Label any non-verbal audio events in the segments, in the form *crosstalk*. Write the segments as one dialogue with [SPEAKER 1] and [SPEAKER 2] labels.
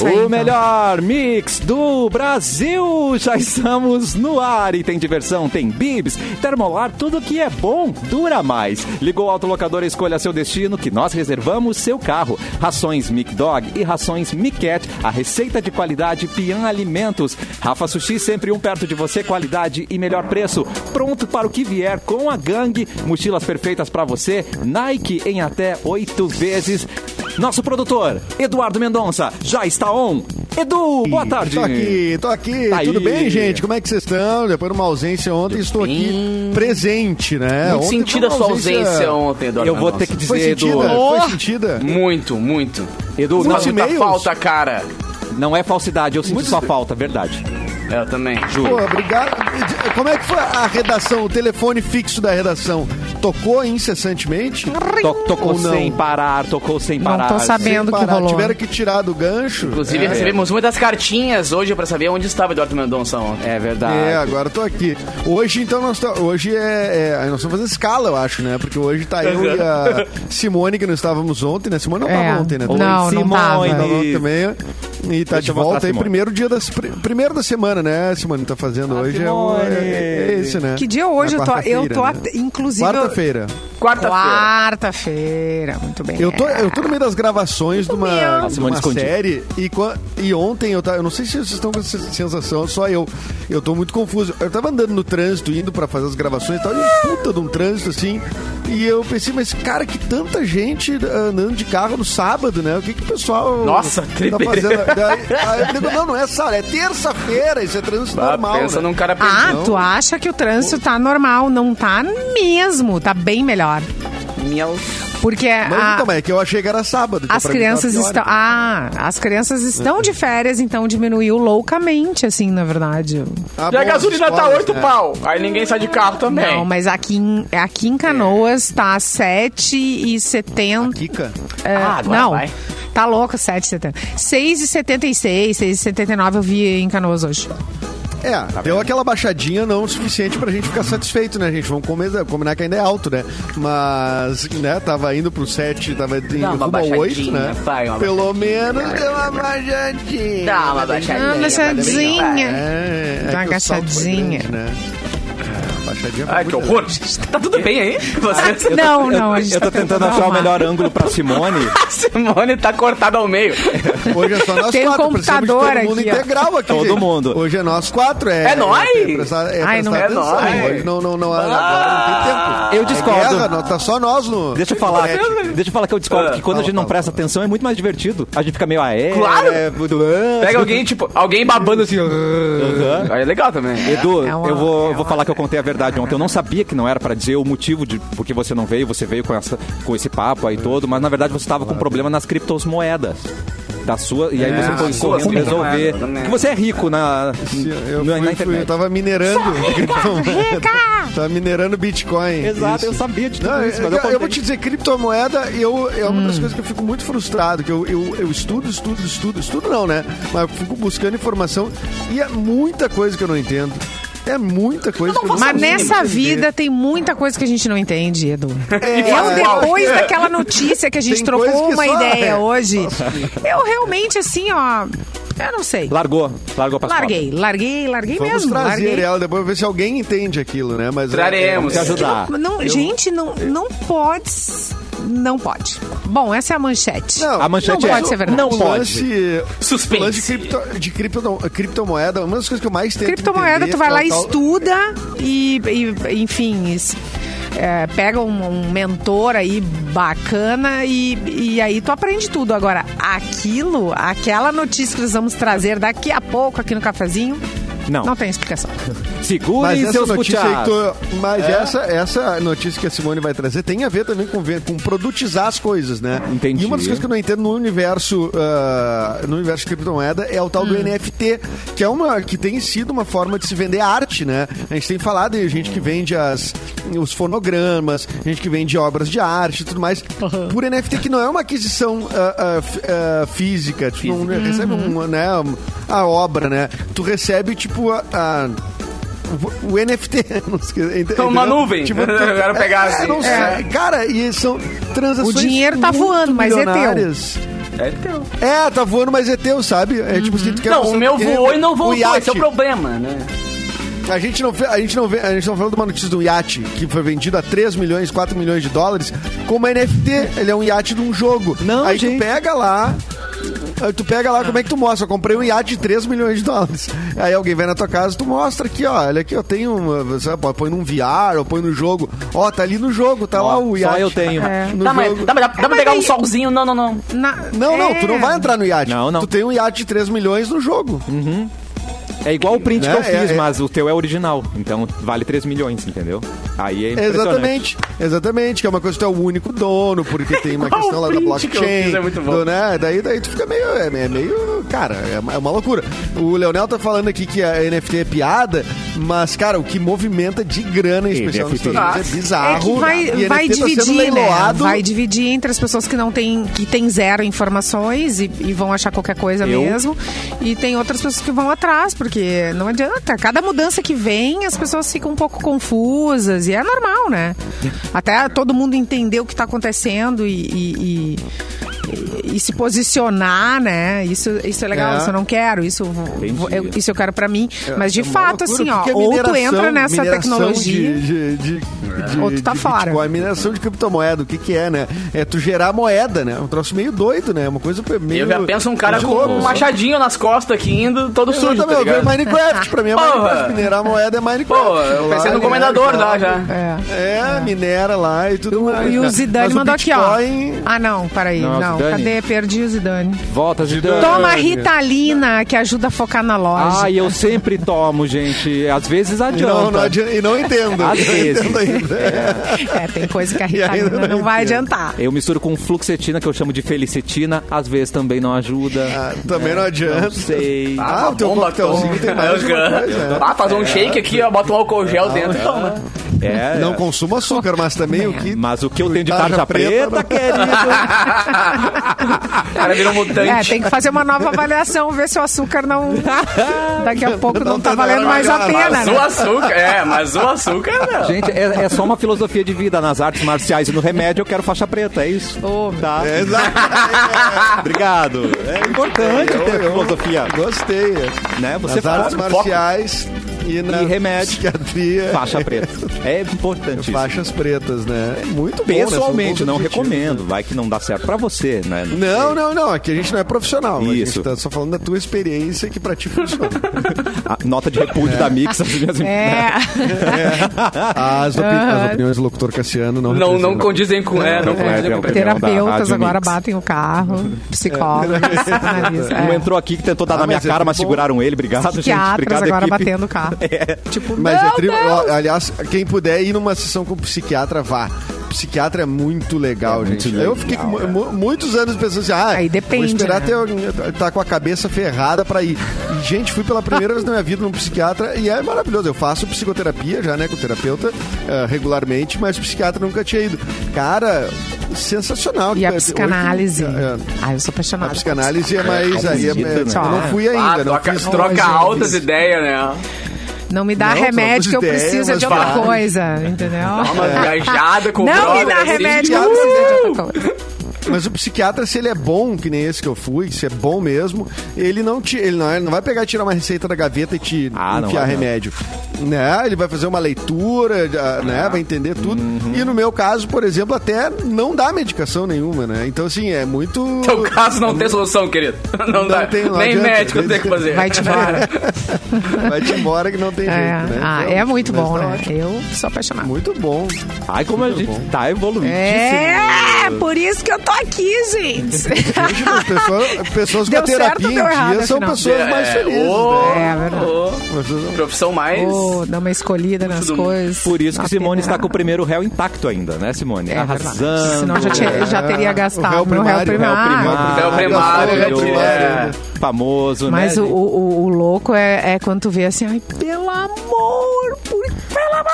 [SPEAKER 1] O melhor mix do Brasil! Já estamos no ar e tem diversão, tem bibs, termolar, tudo que é bom dura mais. Ligou o autolocador e escolha seu destino que nós reservamos seu carro. Rações Mic Dog e rações Mic Cat, a receita de qualidade Pian Alimentos. Rafa Sushi, sempre um perto de você, qualidade e melhor preço. Pronto para o que vier com a gangue. Mochilas perfeitas para você, Nike em até oito vezes. Nosso produtor, Eduardo Mendonça, já está on. Edu, boa tarde.
[SPEAKER 2] Tô aqui, tô aqui.
[SPEAKER 1] Tá
[SPEAKER 2] Tudo
[SPEAKER 1] aí.
[SPEAKER 2] bem, gente? Como é que vocês estão? Depois de uma ausência ontem, estou aqui presente, né? Ontem
[SPEAKER 3] Muito
[SPEAKER 2] foi
[SPEAKER 3] sentida a
[SPEAKER 2] uma
[SPEAKER 3] sua ausência um ontem, Eduardo.
[SPEAKER 1] Eu vou ter que
[SPEAKER 3] Mendonça.
[SPEAKER 2] Foi
[SPEAKER 1] dizer, Edu.
[SPEAKER 2] sentida,
[SPEAKER 3] Oh!
[SPEAKER 2] foi sentida.
[SPEAKER 3] Muito, muito.
[SPEAKER 1] Edu,
[SPEAKER 2] Muito
[SPEAKER 1] não,
[SPEAKER 3] Faz muita
[SPEAKER 2] e-mails.
[SPEAKER 3] falta, cara.
[SPEAKER 1] não é falsidade, eu sinto
[SPEAKER 2] Muito
[SPEAKER 1] sua
[SPEAKER 2] bem.
[SPEAKER 1] falta, verdade.
[SPEAKER 3] É, Eu também.
[SPEAKER 2] Pô, obrigado. Como é que foi a redação, o telefone fixo da redação? Tocou incessantemente?
[SPEAKER 1] To- tocou
[SPEAKER 2] Ou não?
[SPEAKER 1] sem parar, tocou sem
[SPEAKER 4] Não
[SPEAKER 1] parar.
[SPEAKER 4] tô sabendo
[SPEAKER 2] Sem
[SPEAKER 4] que
[SPEAKER 2] parar.
[SPEAKER 4] rolou.
[SPEAKER 2] Tiveram que tirar do gancho? É.
[SPEAKER 1] É.
[SPEAKER 3] Inclusive, recebemos muitas cartinhas hoje pra saber onde estava Eduardo Mendonça ontem.
[SPEAKER 1] É verdade.
[SPEAKER 2] É, agora eu tô aqui. Hoje, então, nós, tá- hoje é, é- Nós estamos fazendo escala, eu acho, né? Porque hoje tá eu e a Simone, que não estávamos ontem, né? Simone não estava
[SPEAKER 4] É.
[SPEAKER 2] ontem, né?
[SPEAKER 4] Não,
[SPEAKER 1] Oi,
[SPEAKER 4] não
[SPEAKER 1] Simone.
[SPEAKER 4] tava.
[SPEAKER 2] Tava ontem Tá também. E tá
[SPEAKER 1] Deixa
[SPEAKER 2] de
[SPEAKER 1] eu mostrar,
[SPEAKER 2] volta aí,
[SPEAKER 1] Simone. Ah,
[SPEAKER 2] primeiro dia das. pri- Primeiro da semana, né, Simone? Tá fazendo hoje. é o-
[SPEAKER 1] Simone.
[SPEAKER 2] É, é esse, né?
[SPEAKER 4] Que dia hoje?
[SPEAKER 2] Na
[SPEAKER 4] Eu tô, eu tô
[SPEAKER 2] quarta-feira,
[SPEAKER 4] at-
[SPEAKER 2] né?
[SPEAKER 4] inclusive... eu-
[SPEAKER 2] Quarta-feira.
[SPEAKER 3] Quarta-feira.
[SPEAKER 4] Quarta-feira, muito bem. É.
[SPEAKER 2] Eu tô, eu tô no meio das gravações de uma,
[SPEAKER 1] Nossa,
[SPEAKER 2] de
[SPEAKER 1] Simone
[SPEAKER 2] uma
[SPEAKER 1] esconde.
[SPEAKER 2] série e, qua- e ontem eu tava. Eu não sei se vocês estão com essa sensação, só eu. Eu tô muito confuso. Eu tava andando no trânsito, indo pra fazer as gravações e tal, e um puta de um trânsito assim. E eu pensei, mas cara, que tanta gente andando de carro no sábado, né? O que, que o pessoal
[SPEAKER 3] Nossa,
[SPEAKER 2] tá
[SPEAKER 3] tripeiro.
[SPEAKER 2] fazendo? Daí- aí eu digo, não, não é sábado, é terça-feira, isso é trânsito
[SPEAKER 3] Ah,
[SPEAKER 2] normal.
[SPEAKER 3] pensa
[SPEAKER 2] né?
[SPEAKER 3] num cara
[SPEAKER 4] Ah,
[SPEAKER 3] perdido.
[SPEAKER 4] tu acha que o trânsito tá normal? Não tá mesmo, tá bem melhor.
[SPEAKER 2] Tá
[SPEAKER 3] Miau.
[SPEAKER 4] Porque
[SPEAKER 2] Mas
[SPEAKER 4] a-
[SPEAKER 2] então, é que eu achei que era sábado. então
[SPEAKER 4] Ah, as
[SPEAKER 2] pra mim
[SPEAKER 4] crianças
[SPEAKER 2] tava pior,
[SPEAKER 4] estão.
[SPEAKER 2] então. É.
[SPEAKER 4] Ah, as crianças estão de férias, então diminuiu loucamente, assim, na verdade.
[SPEAKER 2] Ah,
[SPEAKER 3] E a
[SPEAKER 2] bom,
[SPEAKER 3] gasolina
[SPEAKER 2] as
[SPEAKER 3] tá
[SPEAKER 2] escolas,
[SPEAKER 3] oito
[SPEAKER 2] né?
[SPEAKER 3] pau. Aí ninguém sai de carro também.
[SPEAKER 4] Não, mas aqui em, aqui em Canoas tá 7,70.
[SPEAKER 2] Kika.
[SPEAKER 4] É,
[SPEAKER 3] Ah, agora
[SPEAKER 4] não.
[SPEAKER 3] vai.
[SPEAKER 4] Tá louco, 7,70. 6,76, 6,79 eu vi em Canoas hoje.
[SPEAKER 2] É, deu aquela baixadinha não o suficiente pra gente ficar satisfeito, né, gente? Vamos comer- combinar que ainda é alto, né? Mas, né, tava indo pro 7, tava indo
[SPEAKER 3] Dá
[SPEAKER 2] rumo
[SPEAKER 3] uma
[SPEAKER 2] ao 8,
[SPEAKER 3] baixadinha,
[SPEAKER 2] né?
[SPEAKER 3] vai, uma
[SPEAKER 2] Pelo menos deu uma baixadinha.
[SPEAKER 3] Dá uma baixadinha.
[SPEAKER 4] Ah, baixadinha.
[SPEAKER 2] É, é
[SPEAKER 4] Dá uma
[SPEAKER 2] que o salto foi
[SPEAKER 4] agachadinha.
[SPEAKER 2] grande, né? É, a baixadinha foi
[SPEAKER 3] Ai, que
[SPEAKER 2] muito
[SPEAKER 3] horror. Tá tudo bem aí? Você... *laughs*
[SPEAKER 4] Não, não, a
[SPEAKER 1] Eu,
[SPEAKER 4] gente
[SPEAKER 1] eu
[SPEAKER 4] tá
[SPEAKER 1] tô tentando achar o
[SPEAKER 4] arrumar.
[SPEAKER 1] melhor ângulo pra Simone.
[SPEAKER 3] Simone tá cortada ao meio.
[SPEAKER 2] grande. Hoje é só nós
[SPEAKER 4] Tem um
[SPEAKER 2] quatro, precisamos de
[SPEAKER 4] computador
[SPEAKER 2] todo mundo
[SPEAKER 4] aqui, ó.
[SPEAKER 2] integral aqui,
[SPEAKER 1] Todo
[SPEAKER 2] gente.
[SPEAKER 1] mundo.
[SPEAKER 2] Hoje é nós quatro, é...
[SPEAKER 3] É nóis?
[SPEAKER 2] É, prestar, é
[SPEAKER 4] Ai, não-
[SPEAKER 2] prestar
[SPEAKER 3] é
[SPEAKER 2] atenção.
[SPEAKER 3] nóis.
[SPEAKER 2] Hoje não, não, não, agora não tem tempo.
[SPEAKER 1] Eu
[SPEAKER 2] É
[SPEAKER 1] discordo.
[SPEAKER 2] guerra, não, tá só nós no...
[SPEAKER 1] Deixa eu falar, deixa eu falar que eu discordo
[SPEAKER 3] Ah,
[SPEAKER 1] que quando a
[SPEAKER 2] fala,
[SPEAKER 1] gente não
[SPEAKER 2] fala,
[SPEAKER 1] presta atenção é muito mais divertido. A gente fica meio aé.
[SPEAKER 3] Claro.
[SPEAKER 1] é, tudo, ah,
[SPEAKER 3] Pega alguém, tipo, alguém babando assim.
[SPEAKER 1] Aham.
[SPEAKER 3] Aí é legal também.
[SPEAKER 1] Edu,
[SPEAKER 4] É uma-
[SPEAKER 1] eu vou,
[SPEAKER 4] é
[SPEAKER 1] eu vou
[SPEAKER 4] uma-
[SPEAKER 1] falar que eu contei a verdade ontem. Eu não sabia que não era pra dizer o motivo de porque você não veio, você veio com, essa, com esse papo aí todo, mas na verdade você tava com um problema nas criptomoedas. Da sua, e aí
[SPEAKER 2] É,
[SPEAKER 1] você foi
[SPEAKER 3] suas
[SPEAKER 1] correndo
[SPEAKER 3] criptomoedas,
[SPEAKER 1] resolver.
[SPEAKER 3] também.
[SPEAKER 1] Porque você é rico na,
[SPEAKER 2] Eu,
[SPEAKER 1] é na, na
[SPEAKER 2] fui- fui- eu
[SPEAKER 1] internet.
[SPEAKER 2] tava minerando. *laughs* tava minerando Bitcoin.
[SPEAKER 1] Exato,
[SPEAKER 2] Isso.
[SPEAKER 1] eu sabia de tudo
[SPEAKER 2] Não, é,
[SPEAKER 1] isso,
[SPEAKER 2] eu,
[SPEAKER 1] mas eu,
[SPEAKER 2] eu
[SPEAKER 1] contei. Hum.
[SPEAKER 2] vou te dizer, criptomoeda eu, é uma das coisas que eu fico muito frustrado, que eu, eu, eu estudo, estudo, estudo, estudo não, né? Mas eu fico buscando informação e é muita coisa que eu não entendo. É muita coisa que eu não
[SPEAKER 4] Mas
[SPEAKER 2] consigo
[SPEAKER 4] nessa
[SPEAKER 2] entender.
[SPEAKER 4] vida tem muita coisa que a gente não entende, Edu.
[SPEAKER 2] é.
[SPEAKER 4] eu, depois daquela notícia que a gente
[SPEAKER 2] Tem
[SPEAKER 4] trocou
[SPEAKER 2] coisa que
[SPEAKER 4] uma
[SPEAKER 2] só-
[SPEAKER 4] ideia
[SPEAKER 2] é.
[SPEAKER 4] hoje, eu realmente, assim, ó, eu não sei.
[SPEAKER 1] Largou, largou pra
[SPEAKER 4] Larguei, larguei, larguei
[SPEAKER 2] Vamos
[SPEAKER 4] mesmo.
[SPEAKER 2] trazer
[SPEAKER 4] larguei.
[SPEAKER 2] ela depois, ver se alguém entende aquilo, né? Mas é-
[SPEAKER 3] Traremos.
[SPEAKER 1] Te ajudar.
[SPEAKER 4] Não, gente, não, não pode. Não pode. Bom, essa é a manchete.
[SPEAKER 2] Não,
[SPEAKER 1] A manchete
[SPEAKER 4] Não
[SPEAKER 1] é,
[SPEAKER 4] pode ser verdade.
[SPEAKER 1] Não
[SPEAKER 2] O
[SPEAKER 1] pode.
[SPEAKER 2] lance-
[SPEAKER 3] Suspense.
[SPEAKER 2] o lance de, cripto- de cripto- criptomoeda, uma das coisas que eu mais tento
[SPEAKER 4] Criptomoeda,
[SPEAKER 2] entender
[SPEAKER 4] tu vai
[SPEAKER 2] é o
[SPEAKER 4] lá,
[SPEAKER 2] tal-
[SPEAKER 4] estuda e, e, enfim, isso, é, pega um, um mentor aí bacana e, e aí tu aprende tudo. Agora, aquilo, aquela notícia que nós vamos trazer daqui a pouco aqui no cafezinho,
[SPEAKER 1] Não.
[SPEAKER 4] não, tem explicação.
[SPEAKER 2] Mas
[SPEAKER 1] Segurem
[SPEAKER 2] essa
[SPEAKER 1] seus
[SPEAKER 2] notícia aí
[SPEAKER 1] puteados.
[SPEAKER 2] que tu-
[SPEAKER 4] É.
[SPEAKER 2] mas essa, essa notícia que a Simone vai trazer tem a ver também com, ver- com produtizar as coisas, né?
[SPEAKER 1] Entendi.
[SPEAKER 2] E uma das coisas que eu não entendo no universo, ah, no universo de criptomoeda é o tal do NFT, que é uma que tem sido uma forma de se vender arte, né? A gente tem falado de gente que vende as, os fonogramas, gente que vende obras de arte e tudo mais, por NFT que não é uma aquisição ah, ah, f- ah, física, tu não recebe um, né, um- tipo, a obra, né? Tu recebe tipo a- a O NFT. *laughs* não esquece, ente-
[SPEAKER 3] Uma
[SPEAKER 2] entendeu? Tipo,
[SPEAKER 3] nuvem. *laughs* Eu quero pegar, assim.
[SPEAKER 2] não sei.
[SPEAKER 3] É.
[SPEAKER 2] Cara, e são transações.
[SPEAKER 4] O dinheiro tá
[SPEAKER 2] muito
[SPEAKER 4] voando, mas é teu.
[SPEAKER 2] milionárias.
[SPEAKER 3] É teu.
[SPEAKER 2] É, tá voando, mas é teu, sabe? É tipo
[SPEAKER 4] Uhum.
[SPEAKER 2] assim, tu quer
[SPEAKER 3] Não,
[SPEAKER 2] você
[SPEAKER 3] o meu
[SPEAKER 2] quer
[SPEAKER 3] voou e não
[SPEAKER 2] o
[SPEAKER 3] voltou.
[SPEAKER 2] iate.
[SPEAKER 3] Esse é o problema, né?
[SPEAKER 2] A gente não fe- a gente não vê, a gente não falou de uma notícia de um iate que foi vendido a 3 milhões, 4 milhões de dólares como NFT. Ele é um iate de um jogo.
[SPEAKER 1] Não,
[SPEAKER 2] aí
[SPEAKER 1] gente.
[SPEAKER 2] tu pega lá Aí tu pega lá, como é que tu mostra? Eu comprei um iate de 3 milhões de dólares. Aí alguém vai na tua casa, tu mostra aqui, ó. Olha aqui, eu tenho. uma- Você pô- põe num VR ou põe no jogo. Ó, tá ali no jogo, tá lá o
[SPEAKER 1] Só
[SPEAKER 2] iate.
[SPEAKER 1] eu tenho.
[SPEAKER 4] É.
[SPEAKER 2] No
[SPEAKER 3] Dá, Tá, mas,
[SPEAKER 2] jogo.
[SPEAKER 3] dá, mas dá pra
[SPEAKER 4] mas
[SPEAKER 3] pegar
[SPEAKER 4] aí-
[SPEAKER 3] um solzinho? Não, não, não.
[SPEAKER 4] Na-
[SPEAKER 2] Não, não,
[SPEAKER 4] é.
[SPEAKER 2] tu não vai entrar no iate.
[SPEAKER 1] Não, não.
[SPEAKER 2] Tu tem um iate de 3 milhões no jogo.
[SPEAKER 1] É igual o print que eu
[SPEAKER 2] Né? É,
[SPEAKER 1] fiz,
[SPEAKER 2] é.
[SPEAKER 1] mas o teu é original. Então vale 3 milhões, entendeu? Aí é impressionante.
[SPEAKER 2] Exatamente, exatamente, que é uma coisa que tu é o único dono, porque tem uma
[SPEAKER 3] Qual
[SPEAKER 2] questão lá da
[SPEAKER 3] print que eu
[SPEAKER 2] blockchain.
[SPEAKER 3] fiz? É muito bom.
[SPEAKER 2] do, né? daí, daí tu fica meio. É, é meio. Cara, é uma, é uma loucura. O Leonel tá falando aqui que a NFT é piada, mas, cara, o que movimenta de grana, em especial nos
[SPEAKER 1] NFT.
[SPEAKER 2] Estados Unidos, é
[SPEAKER 4] É
[SPEAKER 2] bizarro.
[SPEAKER 4] que vai,
[SPEAKER 2] E
[SPEAKER 4] vai
[SPEAKER 2] NFT tá sendo
[SPEAKER 4] dividir, né?
[SPEAKER 2] leiloado.
[SPEAKER 4] Vai dividir entre as pessoas que não têm, que têm zero informações e, e vão achar qualquer coisa
[SPEAKER 1] Eu?
[SPEAKER 4] mesmo. E tem outras pessoas que vão atrás, porque não adianta. Cada mudança que vem, as pessoas ficam um pouco confusas. E é normal, né? Até todo mundo entender o que está acontecendo e. e- e- e se posicionar, né? Isso, isso é legal,
[SPEAKER 2] É.
[SPEAKER 4] isso eu não quero, isso
[SPEAKER 1] Entendi.
[SPEAKER 4] eu, isso eu quero pra mim. Mas de
[SPEAKER 2] É uma
[SPEAKER 4] fato,
[SPEAKER 2] loucura,
[SPEAKER 4] assim, ó,
[SPEAKER 2] porque é
[SPEAKER 4] ou tu
[SPEAKER 2] mineração,
[SPEAKER 4] entra nessa
[SPEAKER 2] mineração
[SPEAKER 4] tecnologia.
[SPEAKER 2] De, de, de, de-
[SPEAKER 4] Ou tu tá
[SPEAKER 2] de
[SPEAKER 4] fora.
[SPEAKER 2] Bitcoin, mineração de criptomoeda, o que que é, né? É tu gerar moeda, né? Um troço meio doido, né? Uma coisa meio.
[SPEAKER 3] Eu já penso um cara
[SPEAKER 2] de
[SPEAKER 3] com
[SPEAKER 2] louco,
[SPEAKER 3] um
[SPEAKER 2] só.
[SPEAKER 3] machadinho nas costas aqui indo, todo sujo, tá
[SPEAKER 2] Exatamente, eu vejo
[SPEAKER 3] ligado?
[SPEAKER 2] Minecraft, pra mim é
[SPEAKER 3] Porra.
[SPEAKER 2] Minecraft. Minerar moeda é Minecraft.
[SPEAKER 3] Pô, eu
[SPEAKER 2] Lá,
[SPEAKER 3] pensei no
[SPEAKER 2] minera,
[SPEAKER 3] comendador
[SPEAKER 2] joga.
[SPEAKER 3] lá já.
[SPEAKER 4] É.
[SPEAKER 2] É, minera lá e tudo mais.
[SPEAKER 4] E o
[SPEAKER 2] né?
[SPEAKER 4] Zidane
[SPEAKER 2] Mas o
[SPEAKER 4] mandou aqui,
[SPEAKER 2] Bitcoin-
[SPEAKER 4] ó. Ah, não, peraí.
[SPEAKER 1] Não,
[SPEAKER 4] Não,
[SPEAKER 1] Zidane.
[SPEAKER 4] cadê? Perdi o Zidane.
[SPEAKER 1] Volta, Zidane.
[SPEAKER 4] Toma a Ritalina, que ajuda a focar na loja.
[SPEAKER 1] Ai, eu sempre tomo, gente. Às vezes
[SPEAKER 2] E
[SPEAKER 1] adianta.
[SPEAKER 2] não, não adianta, e não entendo.
[SPEAKER 3] Ah,
[SPEAKER 1] Às
[SPEAKER 2] *laughs* não
[SPEAKER 1] vezes.
[SPEAKER 2] entendo ainda.
[SPEAKER 3] *laughs*
[SPEAKER 4] É, tem coisa que
[SPEAKER 2] *laughs*
[SPEAKER 4] a
[SPEAKER 2] E ainda
[SPEAKER 4] Ritalina não,
[SPEAKER 2] não
[SPEAKER 4] vai
[SPEAKER 2] entendo.
[SPEAKER 4] adiantar.
[SPEAKER 1] Eu misturo com fluxetina, que eu chamo de felicitina. Às vezes também não ajuda.
[SPEAKER 2] Ah, também não adianta.
[SPEAKER 1] Não sei.
[SPEAKER 2] Ah, o teu
[SPEAKER 3] Bomba,
[SPEAKER 2] coquetelzinho
[SPEAKER 3] toma.
[SPEAKER 2] tem mais de
[SPEAKER 3] *laughs*
[SPEAKER 2] uma coisa, né?
[SPEAKER 3] Ah, faz um shake aqui, ó, bota um álcool gel dentro. Toma.
[SPEAKER 1] É,
[SPEAKER 2] Não consuma açúcar, mas também o que...
[SPEAKER 1] mas o que eu tenho de
[SPEAKER 2] Tarja
[SPEAKER 1] tarja preta,
[SPEAKER 2] preta, *laughs*
[SPEAKER 1] querido?
[SPEAKER 3] O cara vira um mutante.
[SPEAKER 4] É, tem que fazer uma nova avaliação, ver se o
[SPEAKER 2] *laughs*
[SPEAKER 4] açúcar não. Daqui a pouco não,
[SPEAKER 2] Não
[SPEAKER 4] tá
[SPEAKER 2] tá
[SPEAKER 4] valendo
[SPEAKER 2] na
[SPEAKER 4] mais
[SPEAKER 2] hora,
[SPEAKER 4] a pena,
[SPEAKER 3] Mas o
[SPEAKER 4] né?
[SPEAKER 3] açúcar, é, mas o açúcar não.
[SPEAKER 1] Gente, é, é só uma filosofia de vida. Nas artes marciais e no remédio, eu quero faixa preta, é isso?
[SPEAKER 4] Ô, meu.
[SPEAKER 1] Tá.
[SPEAKER 2] É, exato.
[SPEAKER 1] Obrigado. É importante
[SPEAKER 2] Eu-
[SPEAKER 1] ter
[SPEAKER 2] eu-
[SPEAKER 1] filosofia,
[SPEAKER 2] Gostei.
[SPEAKER 1] né? Você
[SPEAKER 2] Nas artes
[SPEAKER 1] faz
[SPEAKER 2] marciais e na
[SPEAKER 1] E remédio.
[SPEAKER 2] psiquiatria.
[SPEAKER 1] faixa preta. É importante isso.
[SPEAKER 2] Faixas pretas, né? É muito bom, né? São
[SPEAKER 1] Pessoalmente,
[SPEAKER 2] bons
[SPEAKER 1] não
[SPEAKER 2] objetivos, né?
[SPEAKER 1] recomendo. Vai que não dá certo pra você, né?
[SPEAKER 2] Não, não, não. Aqui a gente não é profissional.
[SPEAKER 1] Isso.
[SPEAKER 2] A gente tá só falando da tua experiência que pra ti funciona.
[SPEAKER 1] *laughs* A nota de repúdio da Mix. assim, as minhas-
[SPEAKER 4] É.
[SPEAKER 2] As,
[SPEAKER 4] *laughs*
[SPEAKER 2] opi-
[SPEAKER 1] Ah.
[SPEAKER 2] as opiniões do locutor Cassiano não
[SPEAKER 3] Não, não
[SPEAKER 2] representam.
[SPEAKER 3] condizem com. É, não
[SPEAKER 1] É,
[SPEAKER 3] condizem
[SPEAKER 1] é,
[SPEAKER 2] um
[SPEAKER 3] com.
[SPEAKER 4] Ah,
[SPEAKER 1] é.
[SPEAKER 4] Terapeutas
[SPEAKER 1] Rádio
[SPEAKER 4] agora
[SPEAKER 1] Mix.
[SPEAKER 4] batem o carro, psicólogos,
[SPEAKER 2] É.
[SPEAKER 4] psicanalistas.
[SPEAKER 1] Um
[SPEAKER 4] é.
[SPEAKER 1] entrou aqui que tentou dar na
[SPEAKER 2] Ah,
[SPEAKER 1] minha
[SPEAKER 2] mas é
[SPEAKER 1] cara,
[SPEAKER 2] muito
[SPEAKER 1] mas
[SPEAKER 2] bom.
[SPEAKER 1] seguraram ele. Obrigado, gente.
[SPEAKER 4] Psiquiatras
[SPEAKER 1] Obrigado,
[SPEAKER 4] agora
[SPEAKER 1] equipe.
[SPEAKER 4] batendo o carro.
[SPEAKER 1] É.
[SPEAKER 4] Tipo,
[SPEAKER 2] Mas
[SPEAKER 4] não,
[SPEAKER 2] é tri...
[SPEAKER 4] não.
[SPEAKER 2] ó, Aliás, quem puder ir numa sessão com psiquiatra, vá. Psiquiatra é muito legal,
[SPEAKER 1] É muito
[SPEAKER 2] gente.
[SPEAKER 1] legal,
[SPEAKER 2] eu fiquei com mu- muitos anos pensando assim, ah,
[SPEAKER 4] Aí depende,
[SPEAKER 2] vou esperar
[SPEAKER 4] né?
[SPEAKER 2] até eu estar com a cabeça ferrada pra ir. E, gente, fui pela primeira vez na minha vida num psiquiatra e é maravilhoso. Eu faço psicoterapia já, né, com terapeuta eh, regularmente, mas psiquiatra nunca tinha ido. Cara, sensacional.
[SPEAKER 4] E a
[SPEAKER 2] Oito-
[SPEAKER 4] psicanálise.
[SPEAKER 2] É, é.
[SPEAKER 4] Ah, eu sou apaixonada.
[SPEAKER 2] A psicanálise é mais...
[SPEAKER 1] É,
[SPEAKER 2] aí é- é- eu
[SPEAKER 1] né?
[SPEAKER 2] não fui ainda.
[SPEAKER 3] Ah,
[SPEAKER 2] não
[SPEAKER 3] troca,
[SPEAKER 2] fiz, não
[SPEAKER 3] troca
[SPEAKER 2] fiz.
[SPEAKER 3] altas ideias, né?
[SPEAKER 4] Não me dá
[SPEAKER 2] Não,
[SPEAKER 4] remédio que eu
[SPEAKER 2] trocou de ideia,
[SPEAKER 4] preciso é de
[SPEAKER 2] mas
[SPEAKER 4] outra
[SPEAKER 2] vai. né?
[SPEAKER 4] coisa, entendeu?
[SPEAKER 3] Dá uma viajada com
[SPEAKER 4] Não me
[SPEAKER 3] droga,
[SPEAKER 4] dá
[SPEAKER 3] assim,
[SPEAKER 4] remédio que eu
[SPEAKER 3] de-
[SPEAKER 2] Uh!
[SPEAKER 4] preciso é de outra coisa.
[SPEAKER 2] Mas o psiquiatra, se ele é bom, que nem esse que eu fui, se é bom mesmo, ele não te, ele não, ele não vai pegar e tirar uma receita da gaveta e te
[SPEAKER 1] Ah, não
[SPEAKER 2] enfiar
[SPEAKER 1] vai, não.
[SPEAKER 2] remédio. Né? Ele vai fazer uma leitura, ah, né? vai entender tudo.
[SPEAKER 4] Uhum.
[SPEAKER 2] E no meu caso, por exemplo, até não dá medicação nenhuma, né? Então, assim, é muito.
[SPEAKER 3] Teu
[SPEAKER 4] Então,
[SPEAKER 3] caso não tem solução, querido. *laughs* Não, dá.
[SPEAKER 2] tem, não
[SPEAKER 3] Nem
[SPEAKER 2] adianta.
[SPEAKER 3] médico tem que fazer. *laughs*
[SPEAKER 4] Vai te embora.
[SPEAKER 2] Vai-te embora que não tem
[SPEAKER 4] É,
[SPEAKER 2] jeito, né?
[SPEAKER 4] ah,
[SPEAKER 2] Então,
[SPEAKER 4] é muito
[SPEAKER 2] mas
[SPEAKER 4] bom,
[SPEAKER 2] tá
[SPEAKER 4] né?
[SPEAKER 2] ótimo.
[SPEAKER 4] Eu sou apaixonada.
[SPEAKER 2] Muito
[SPEAKER 4] *laughs*
[SPEAKER 2] bom.
[SPEAKER 1] Ai, como a gente tá evoluindo.
[SPEAKER 4] É, por isso que eu tô aqui, gente.
[SPEAKER 2] *laughs* Gente, as pessoas, pessoas
[SPEAKER 4] Deu
[SPEAKER 2] com
[SPEAKER 4] certo
[SPEAKER 2] terapia
[SPEAKER 4] ou deu
[SPEAKER 2] em
[SPEAKER 4] errado,
[SPEAKER 2] dia são
[SPEAKER 4] afinal?
[SPEAKER 2] pessoas mais felizes.
[SPEAKER 3] É, ô,
[SPEAKER 2] né?
[SPEAKER 4] É, verdade.
[SPEAKER 3] ô,
[SPEAKER 2] Pessoas-
[SPEAKER 3] profissão mais.
[SPEAKER 4] Vou dar uma escolhida nas
[SPEAKER 3] do mundo.
[SPEAKER 4] coisas.
[SPEAKER 1] Por isso que
[SPEAKER 4] Uma
[SPEAKER 1] Simone
[SPEAKER 4] pena.
[SPEAKER 1] está com o primeiro réu intacto ainda, né, Simone?
[SPEAKER 4] É,
[SPEAKER 1] Arrasando. É
[SPEAKER 4] verdade. Senão eu já, tinha- eu já teria gastado.
[SPEAKER 2] réu
[SPEAKER 4] meu réu
[SPEAKER 2] primário, réu
[SPEAKER 4] primário.
[SPEAKER 2] É
[SPEAKER 1] primário,
[SPEAKER 3] Réu primário,
[SPEAKER 1] maravilhoso,
[SPEAKER 3] já tinha-
[SPEAKER 1] né? Famoso,
[SPEAKER 4] Mas
[SPEAKER 1] né?
[SPEAKER 4] o,
[SPEAKER 1] gente?
[SPEAKER 4] o, o louco é, é quando tu vê assim, ai, pelo amor, por, pelo amor,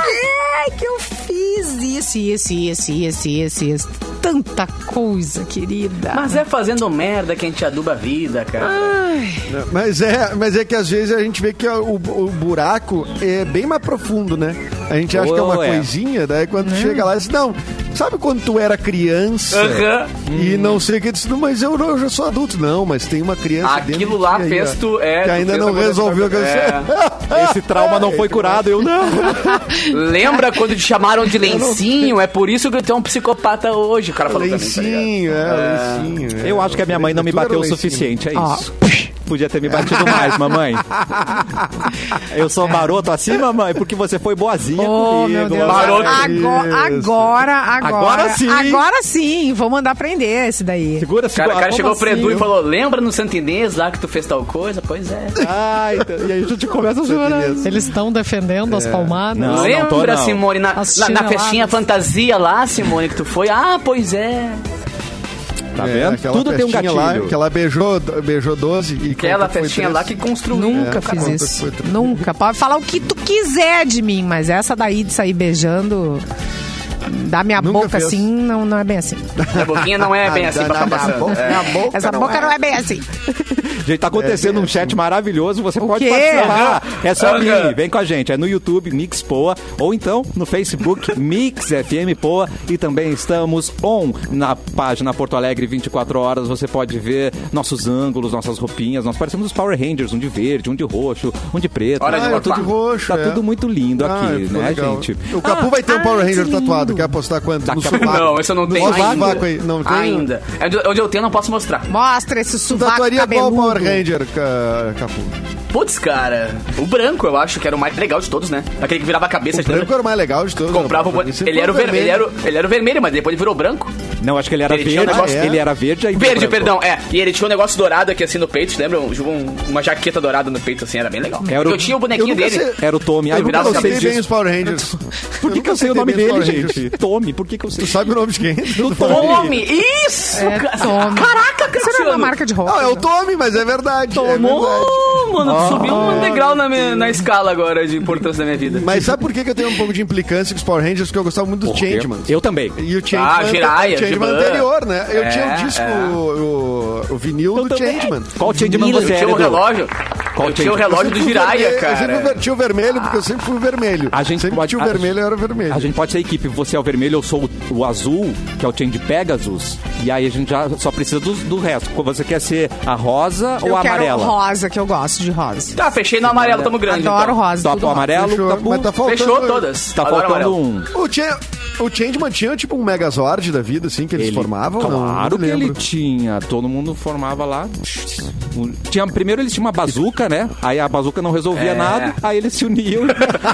[SPEAKER 4] é que eu fiz isso. esse, esse, esse, esse, esse, esse. Tanta coisa, querida.
[SPEAKER 3] Mas é fazendo merda que a gente aduba a vida, cara.
[SPEAKER 2] Mas é, mas é que às vezes a gente vê que o, o buraco é bem mais profundo, né? A gente acha que é uma
[SPEAKER 1] Oh, é.
[SPEAKER 2] coisinha, daí quando chega lá, diz, não, sabe quando tu era criança
[SPEAKER 3] Aham. Hum.
[SPEAKER 2] e não sei o que disse, não, mas eu, não- eu já sou adulto, não, mas tem uma criança dentro
[SPEAKER 3] Aquilo
[SPEAKER 2] de
[SPEAKER 3] lá
[SPEAKER 2] ti aí,
[SPEAKER 3] fez
[SPEAKER 2] ó,
[SPEAKER 3] tu. É,
[SPEAKER 2] que
[SPEAKER 3] tu
[SPEAKER 2] ainda
[SPEAKER 3] fez
[SPEAKER 2] não
[SPEAKER 3] acontecer-
[SPEAKER 2] resolveu o que eu
[SPEAKER 3] É,
[SPEAKER 2] *laughs*
[SPEAKER 1] Esse trauma não foi curado, eu não.
[SPEAKER 3] Lembra quando te chamaram de lencinho? É por isso que tu é um psicopata hoje, o cara falou pra mim, tá ligado?
[SPEAKER 2] Lencinho, é, lencinho. é.
[SPEAKER 1] Eu acho que a minha mãe não me
[SPEAKER 2] Tudo era
[SPEAKER 1] bateu o
[SPEAKER 2] lencinho.
[SPEAKER 1] suficiente, é
[SPEAKER 4] Ah.
[SPEAKER 1] isso. Podia ter me batido mais, mamãe. Eu sou maroto assim, mamãe, porque você foi boazinha
[SPEAKER 4] Oh,
[SPEAKER 1] comigo.
[SPEAKER 4] meu Deus.
[SPEAKER 1] Maroto.
[SPEAKER 4] Agora, agora, agora.
[SPEAKER 1] Agora sim.
[SPEAKER 4] Agora sim, vou mandar prender esse daí.
[SPEAKER 1] Segura,
[SPEAKER 3] O cara,
[SPEAKER 1] segura.
[SPEAKER 3] o cara chegou
[SPEAKER 1] Como
[SPEAKER 3] pro Edu
[SPEAKER 1] assim?
[SPEAKER 3] e falou: Lembra no Santo Inês lá que tu fez tal coisa? Pois é.
[SPEAKER 1] Ai, então- e aí a gente começa a chorar.
[SPEAKER 2] Beleza.
[SPEAKER 5] Eles estão defendendo
[SPEAKER 2] É,
[SPEAKER 5] as palmadas.
[SPEAKER 1] Não, não
[SPEAKER 3] Lembra,
[SPEAKER 1] tô, não.
[SPEAKER 3] Simone, na,
[SPEAKER 5] As
[SPEAKER 3] na, na
[SPEAKER 5] chineladas.
[SPEAKER 3] festinha fantasia lá, Simone, que tu foi? Ah, pois é.
[SPEAKER 1] Tá
[SPEAKER 2] É,
[SPEAKER 1] vendo?
[SPEAKER 2] aquela
[SPEAKER 1] Tudo tem um
[SPEAKER 2] festinha
[SPEAKER 1] gatilho.
[SPEAKER 2] Lá, que ela beijou, beijou 12 e
[SPEAKER 3] Aquela
[SPEAKER 2] conta foi
[SPEAKER 3] festinha
[SPEAKER 2] três.
[SPEAKER 3] lá que construiu.
[SPEAKER 4] Nunca
[SPEAKER 2] É,
[SPEAKER 4] fiz
[SPEAKER 2] conta
[SPEAKER 4] isso.
[SPEAKER 2] foi tranquilo.
[SPEAKER 4] Nunca. Pode falar o que tu quiser de mim, mas essa daí de sair beijando da minha
[SPEAKER 2] Nunca
[SPEAKER 4] boca
[SPEAKER 2] fez.
[SPEAKER 4] assim, não, não é bem assim.
[SPEAKER 3] A boquinha não é bem assim pra
[SPEAKER 2] Na-
[SPEAKER 3] ficar
[SPEAKER 2] Ah, na
[SPEAKER 3] passando.
[SPEAKER 2] boca-
[SPEAKER 3] É.
[SPEAKER 2] na boca
[SPEAKER 4] Essa boca não é bem assim.
[SPEAKER 1] Gente, tá acontecendo um chat maravilhoso, você pode
[SPEAKER 4] quê?
[SPEAKER 1] participar. É só
[SPEAKER 3] Aham.
[SPEAKER 1] vir, vem com a gente. É no YouTube, Mix Poa, ou então no Facebook, Mix FM Poa. E também estamos on na página Porto Alegre 24 horas. Você pode ver nossos ângulos, nossas roupinhas. Nós parecemos os Power Rangers, um de verde, um de roxo, um de preto.
[SPEAKER 3] Hora
[SPEAKER 2] Ah,
[SPEAKER 3] de
[SPEAKER 2] eu tô de
[SPEAKER 3] botar.
[SPEAKER 2] roxo,
[SPEAKER 1] Tá
[SPEAKER 2] é.
[SPEAKER 1] tudo muito lindo
[SPEAKER 2] Ah,
[SPEAKER 1] aqui,
[SPEAKER 2] ficou
[SPEAKER 1] né,
[SPEAKER 2] legal.
[SPEAKER 1] gente?
[SPEAKER 2] O Capu vai ter um Power Ranger tatuado. Quer apostar quanto?
[SPEAKER 1] Daqui
[SPEAKER 2] No
[SPEAKER 1] a pouco-
[SPEAKER 2] sovaco.
[SPEAKER 3] Não, isso eu não
[SPEAKER 2] No
[SPEAKER 3] tenho
[SPEAKER 2] sovaco
[SPEAKER 3] ainda.
[SPEAKER 2] aí. Não tem?
[SPEAKER 3] Ainda. É onde- Onde eu tenho, eu não posso mostrar.
[SPEAKER 4] Mostra esse
[SPEAKER 2] Tu
[SPEAKER 4] sovaco
[SPEAKER 2] tatuaria qual
[SPEAKER 4] cabeludo.
[SPEAKER 2] Power Ranger, Ca- Capu?
[SPEAKER 3] Putz, cara, o branco eu acho que era o mais legal de todos, né? Aquele que virava a cabeça
[SPEAKER 2] O
[SPEAKER 3] de dentro.
[SPEAKER 2] branco era o mais legal é de todos.
[SPEAKER 3] Comprava o
[SPEAKER 2] rapaz.
[SPEAKER 3] bo-
[SPEAKER 2] Pra mim sempre
[SPEAKER 3] ele era o
[SPEAKER 2] foi
[SPEAKER 3] vermelho. Ele, era o, ele era o vermelho, mas depois ele virou branco.
[SPEAKER 1] Não, acho que ele era
[SPEAKER 3] Ele tinha um
[SPEAKER 1] verde.
[SPEAKER 3] negócio-
[SPEAKER 1] Ele era verde aí.
[SPEAKER 3] Verde,
[SPEAKER 1] branco.
[SPEAKER 3] perdão, é. E ele tinha um negócio dourado aqui assim no peito, lembra? Um- um- uma jaqueta dourada no peito, assim, era bem legal.
[SPEAKER 1] Era o-
[SPEAKER 3] eu tinha o
[SPEAKER 2] eu
[SPEAKER 3] bonequinho
[SPEAKER 2] nunca
[SPEAKER 3] dele.
[SPEAKER 2] sei-
[SPEAKER 1] Era o Tommy. Ai,
[SPEAKER 3] Ele
[SPEAKER 1] eu
[SPEAKER 3] virava
[SPEAKER 1] nunca
[SPEAKER 2] Eu
[SPEAKER 1] sei
[SPEAKER 2] sei
[SPEAKER 3] Vocês
[SPEAKER 1] disso.
[SPEAKER 2] bem os Power
[SPEAKER 3] *laughs*
[SPEAKER 2] Rangers.
[SPEAKER 1] Por que, que eu sei o
[SPEAKER 2] nunca
[SPEAKER 1] nome
[SPEAKER 2] sei bem
[SPEAKER 1] dele,
[SPEAKER 2] os Power
[SPEAKER 1] gente? Tommy, por que, que eu sei?
[SPEAKER 2] Tu sabe o nome de
[SPEAKER 3] *laughs*
[SPEAKER 2] quem?
[SPEAKER 1] Do
[SPEAKER 3] Tome! Isso!
[SPEAKER 4] É,
[SPEAKER 3] cara.
[SPEAKER 4] tome.
[SPEAKER 3] Caraca, Cassiano!
[SPEAKER 4] Isso era uma marca de roupa.
[SPEAKER 2] Não, é o Tommy, mas é verdade. é verdade.
[SPEAKER 3] Tomou, mano, tu subiu
[SPEAKER 4] Ah,
[SPEAKER 3] um degrau na, minha- na escala agora de importância da minha vida.
[SPEAKER 2] Mas sabe por que que eu tenho um pouco de implicância com os Power Rangers? Porque eu gostava muito do Changeman.
[SPEAKER 1] Eu também.
[SPEAKER 2] E o Changeman,
[SPEAKER 3] Ah, Jiraiya,
[SPEAKER 2] o Changeman
[SPEAKER 3] Giban.
[SPEAKER 2] anterior, né? Eu tinha
[SPEAKER 3] É,
[SPEAKER 2] o disco,
[SPEAKER 3] é.
[SPEAKER 2] o, o vinil do Changeman.
[SPEAKER 1] Qual Changeman
[SPEAKER 3] eu
[SPEAKER 1] você
[SPEAKER 3] tinha
[SPEAKER 1] era,
[SPEAKER 3] o
[SPEAKER 1] Edu?
[SPEAKER 3] relógio.
[SPEAKER 1] Qual
[SPEAKER 3] eu tinha o
[SPEAKER 1] Changeman?
[SPEAKER 3] relógio do
[SPEAKER 2] Sempre fui
[SPEAKER 3] Jiraiya,
[SPEAKER 2] vermelho- Eu sempre
[SPEAKER 3] cara.
[SPEAKER 2] fui- tinha o vermelho, porque eu sempre fui o vermelho.
[SPEAKER 1] A gente
[SPEAKER 2] sempre
[SPEAKER 1] pode-
[SPEAKER 2] tinha o
[SPEAKER 1] a-
[SPEAKER 2] vermelho, eu era o vermelho.
[SPEAKER 1] A gente pode ser equipe, você é o vermelho, eu sou o, o azul, que é o Change Pegasus, e aí a gente já só precisa do, do resto. Você quer ser a rosa
[SPEAKER 4] Eu
[SPEAKER 1] ou a
[SPEAKER 4] quero
[SPEAKER 1] amarela?
[SPEAKER 4] rosa, que eu gosto de rosa.
[SPEAKER 3] Tá, fechei no amarelo, tamo grande.
[SPEAKER 4] Adoro
[SPEAKER 3] então.
[SPEAKER 4] rosa.
[SPEAKER 1] Tá,
[SPEAKER 4] tudo
[SPEAKER 1] o
[SPEAKER 4] rosa.
[SPEAKER 1] amarelo,
[SPEAKER 2] Fechou,
[SPEAKER 1] tá, bom.
[SPEAKER 2] mas tá faltando...
[SPEAKER 3] Fechou todas.
[SPEAKER 1] Tá
[SPEAKER 3] Adoro
[SPEAKER 1] faltando
[SPEAKER 3] amarelo.
[SPEAKER 1] um.
[SPEAKER 2] O, Ch o Changeman tinha, tipo, um Megazord da vida, assim, que eles
[SPEAKER 1] Ele-
[SPEAKER 2] formavam? Não,
[SPEAKER 1] Claro
[SPEAKER 2] não
[SPEAKER 1] que ele
[SPEAKER 2] lembro.
[SPEAKER 1] tinha. Todo mundo formava lá. Um- Tinha, primeiro eles tinham uma bazuca, né? Aí a bazuca não resolvia
[SPEAKER 3] É.
[SPEAKER 1] nada, aí eles se uniam.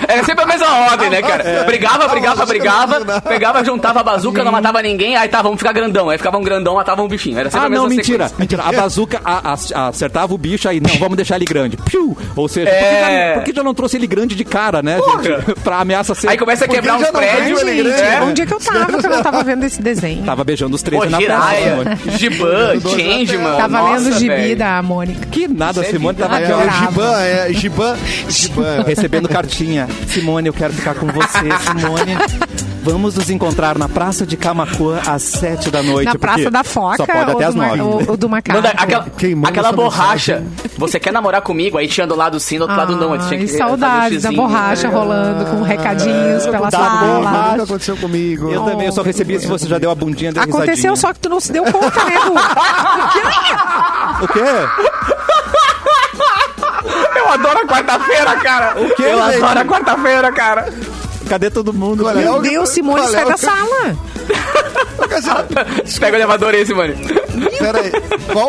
[SPEAKER 3] É sempre a mesma ordem, né, cara?
[SPEAKER 2] É.
[SPEAKER 3] Brigava, brigava, brigava, pegava, juntava a bazuca, não matava ninguém, aí tá, vamos ficar grandão. Aí ficava um grandão, matava um bichinho. Era sempre
[SPEAKER 1] ah,
[SPEAKER 3] a mesma
[SPEAKER 1] não, mentira.
[SPEAKER 3] sequência.
[SPEAKER 1] mentira. A bazuca a- a- acertava o bicho aí, não, vamos deixar ele grande. Piu! Ou seja, por, que
[SPEAKER 3] É.
[SPEAKER 1] já, por que já não trouxe ele grande de cara, né,
[SPEAKER 3] Porra!
[SPEAKER 1] gente? *laughs* Pra ameaça ser.
[SPEAKER 3] Aí começa a
[SPEAKER 2] Porque
[SPEAKER 3] quebrar
[SPEAKER 2] já
[SPEAKER 3] uns
[SPEAKER 2] não
[SPEAKER 3] prédios.
[SPEAKER 2] ganhou ele,
[SPEAKER 4] Gente,
[SPEAKER 2] né?
[SPEAKER 3] É.
[SPEAKER 4] onde é que eu tava que eu não tava vendo esse desenho?
[SPEAKER 3] Tá
[SPEAKER 1] Tava beijando os três
[SPEAKER 3] Pô,
[SPEAKER 1] na
[SPEAKER 3] Jiraya,
[SPEAKER 1] praça.
[SPEAKER 3] Giban, Changeman.
[SPEAKER 4] Tava
[SPEAKER 3] nossa,
[SPEAKER 4] lendo Tá o gibi
[SPEAKER 3] velho.
[SPEAKER 4] da Mônica.
[SPEAKER 1] Que nada,
[SPEAKER 3] Isso é
[SPEAKER 1] Simone
[SPEAKER 3] vida.
[SPEAKER 1] tava
[SPEAKER 2] É, o
[SPEAKER 1] aqui,
[SPEAKER 4] Adorava.
[SPEAKER 2] Giban,
[SPEAKER 1] *laughs*
[SPEAKER 2] é, Giban. Giban. é.
[SPEAKER 1] ó, recebendo cartinha. Simone, eu quero ficar com
[SPEAKER 3] *laughs*
[SPEAKER 1] você, Simone. Vamos nos encontrar na Praça de Camacuã às sete da noite.
[SPEAKER 3] tipo
[SPEAKER 4] Na Praça
[SPEAKER 1] porque
[SPEAKER 4] da Foca
[SPEAKER 1] Só pode até
[SPEAKER 4] ou,
[SPEAKER 1] às
[SPEAKER 4] do ma-
[SPEAKER 1] nove.
[SPEAKER 4] ou- ou do Macaco.
[SPEAKER 3] Manda aquela,
[SPEAKER 2] Quem manda
[SPEAKER 3] aquela
[SPEAKER 2] essa
[SPEAKER 3] borracha. Você quer namorar comigo? Aí tinha do lado sim, do outro lado não. Aí tu tinha
[SPEAKER 4] Ai,
[SPEAKER 3] que eh, fazer
[SPEAKER 4] Ah, saudades
[SPEAKER 3] o
[SPEAKER 4] da
[SPEAKER 3] xizinho.
[SPEAKER 4] borracha rolando com recadinhos
[SPEAKER 3] Tá
[SPEAKER 4] pela
[SPEAKER 1] dá
[SPEAKER 4] sala.
[SPEAKER 1] borracha.
[SPEAKER 2] Nunca aconteceu comigo.
[SPEAKER 1] Eu também, eu só recebi se você já deu a bundinha deu
[SPEAKER 4] Aconteceu,
[SPEAKER 1] risadinha.
[SPEAKER 4] só que tu não se deu conta, né, Edu?
[SPEAKER 1] O quê?
[SPEAKER 3] Eu adoro a quarta-feira, cara. O
[SPEAKER 1] quê,
[SPEAKER 3] Eu
[SPEAKER 1] gente?
[SPEAKER 3] adoro a quarta-feira, cara.
[SPEAKER 1] Cadê todo mundo?
[SPEAKER 2] Qual *laughs* é
[SPEAKER 4] Meu
[SPEAKER 2] o-
[SPEAKER 4] Deus, Simone
[SPEAKER 2] qual é
[SPEAKER 4] sai
[SPEAKER 2] o
[SPEAKER 4] da
[SPEAKER 2] que-
[SPEAKER 4] sala.
[SPEAKER 3] Pega o elevador esse, mano.
[SPEAKER 2] Pera aí, qual,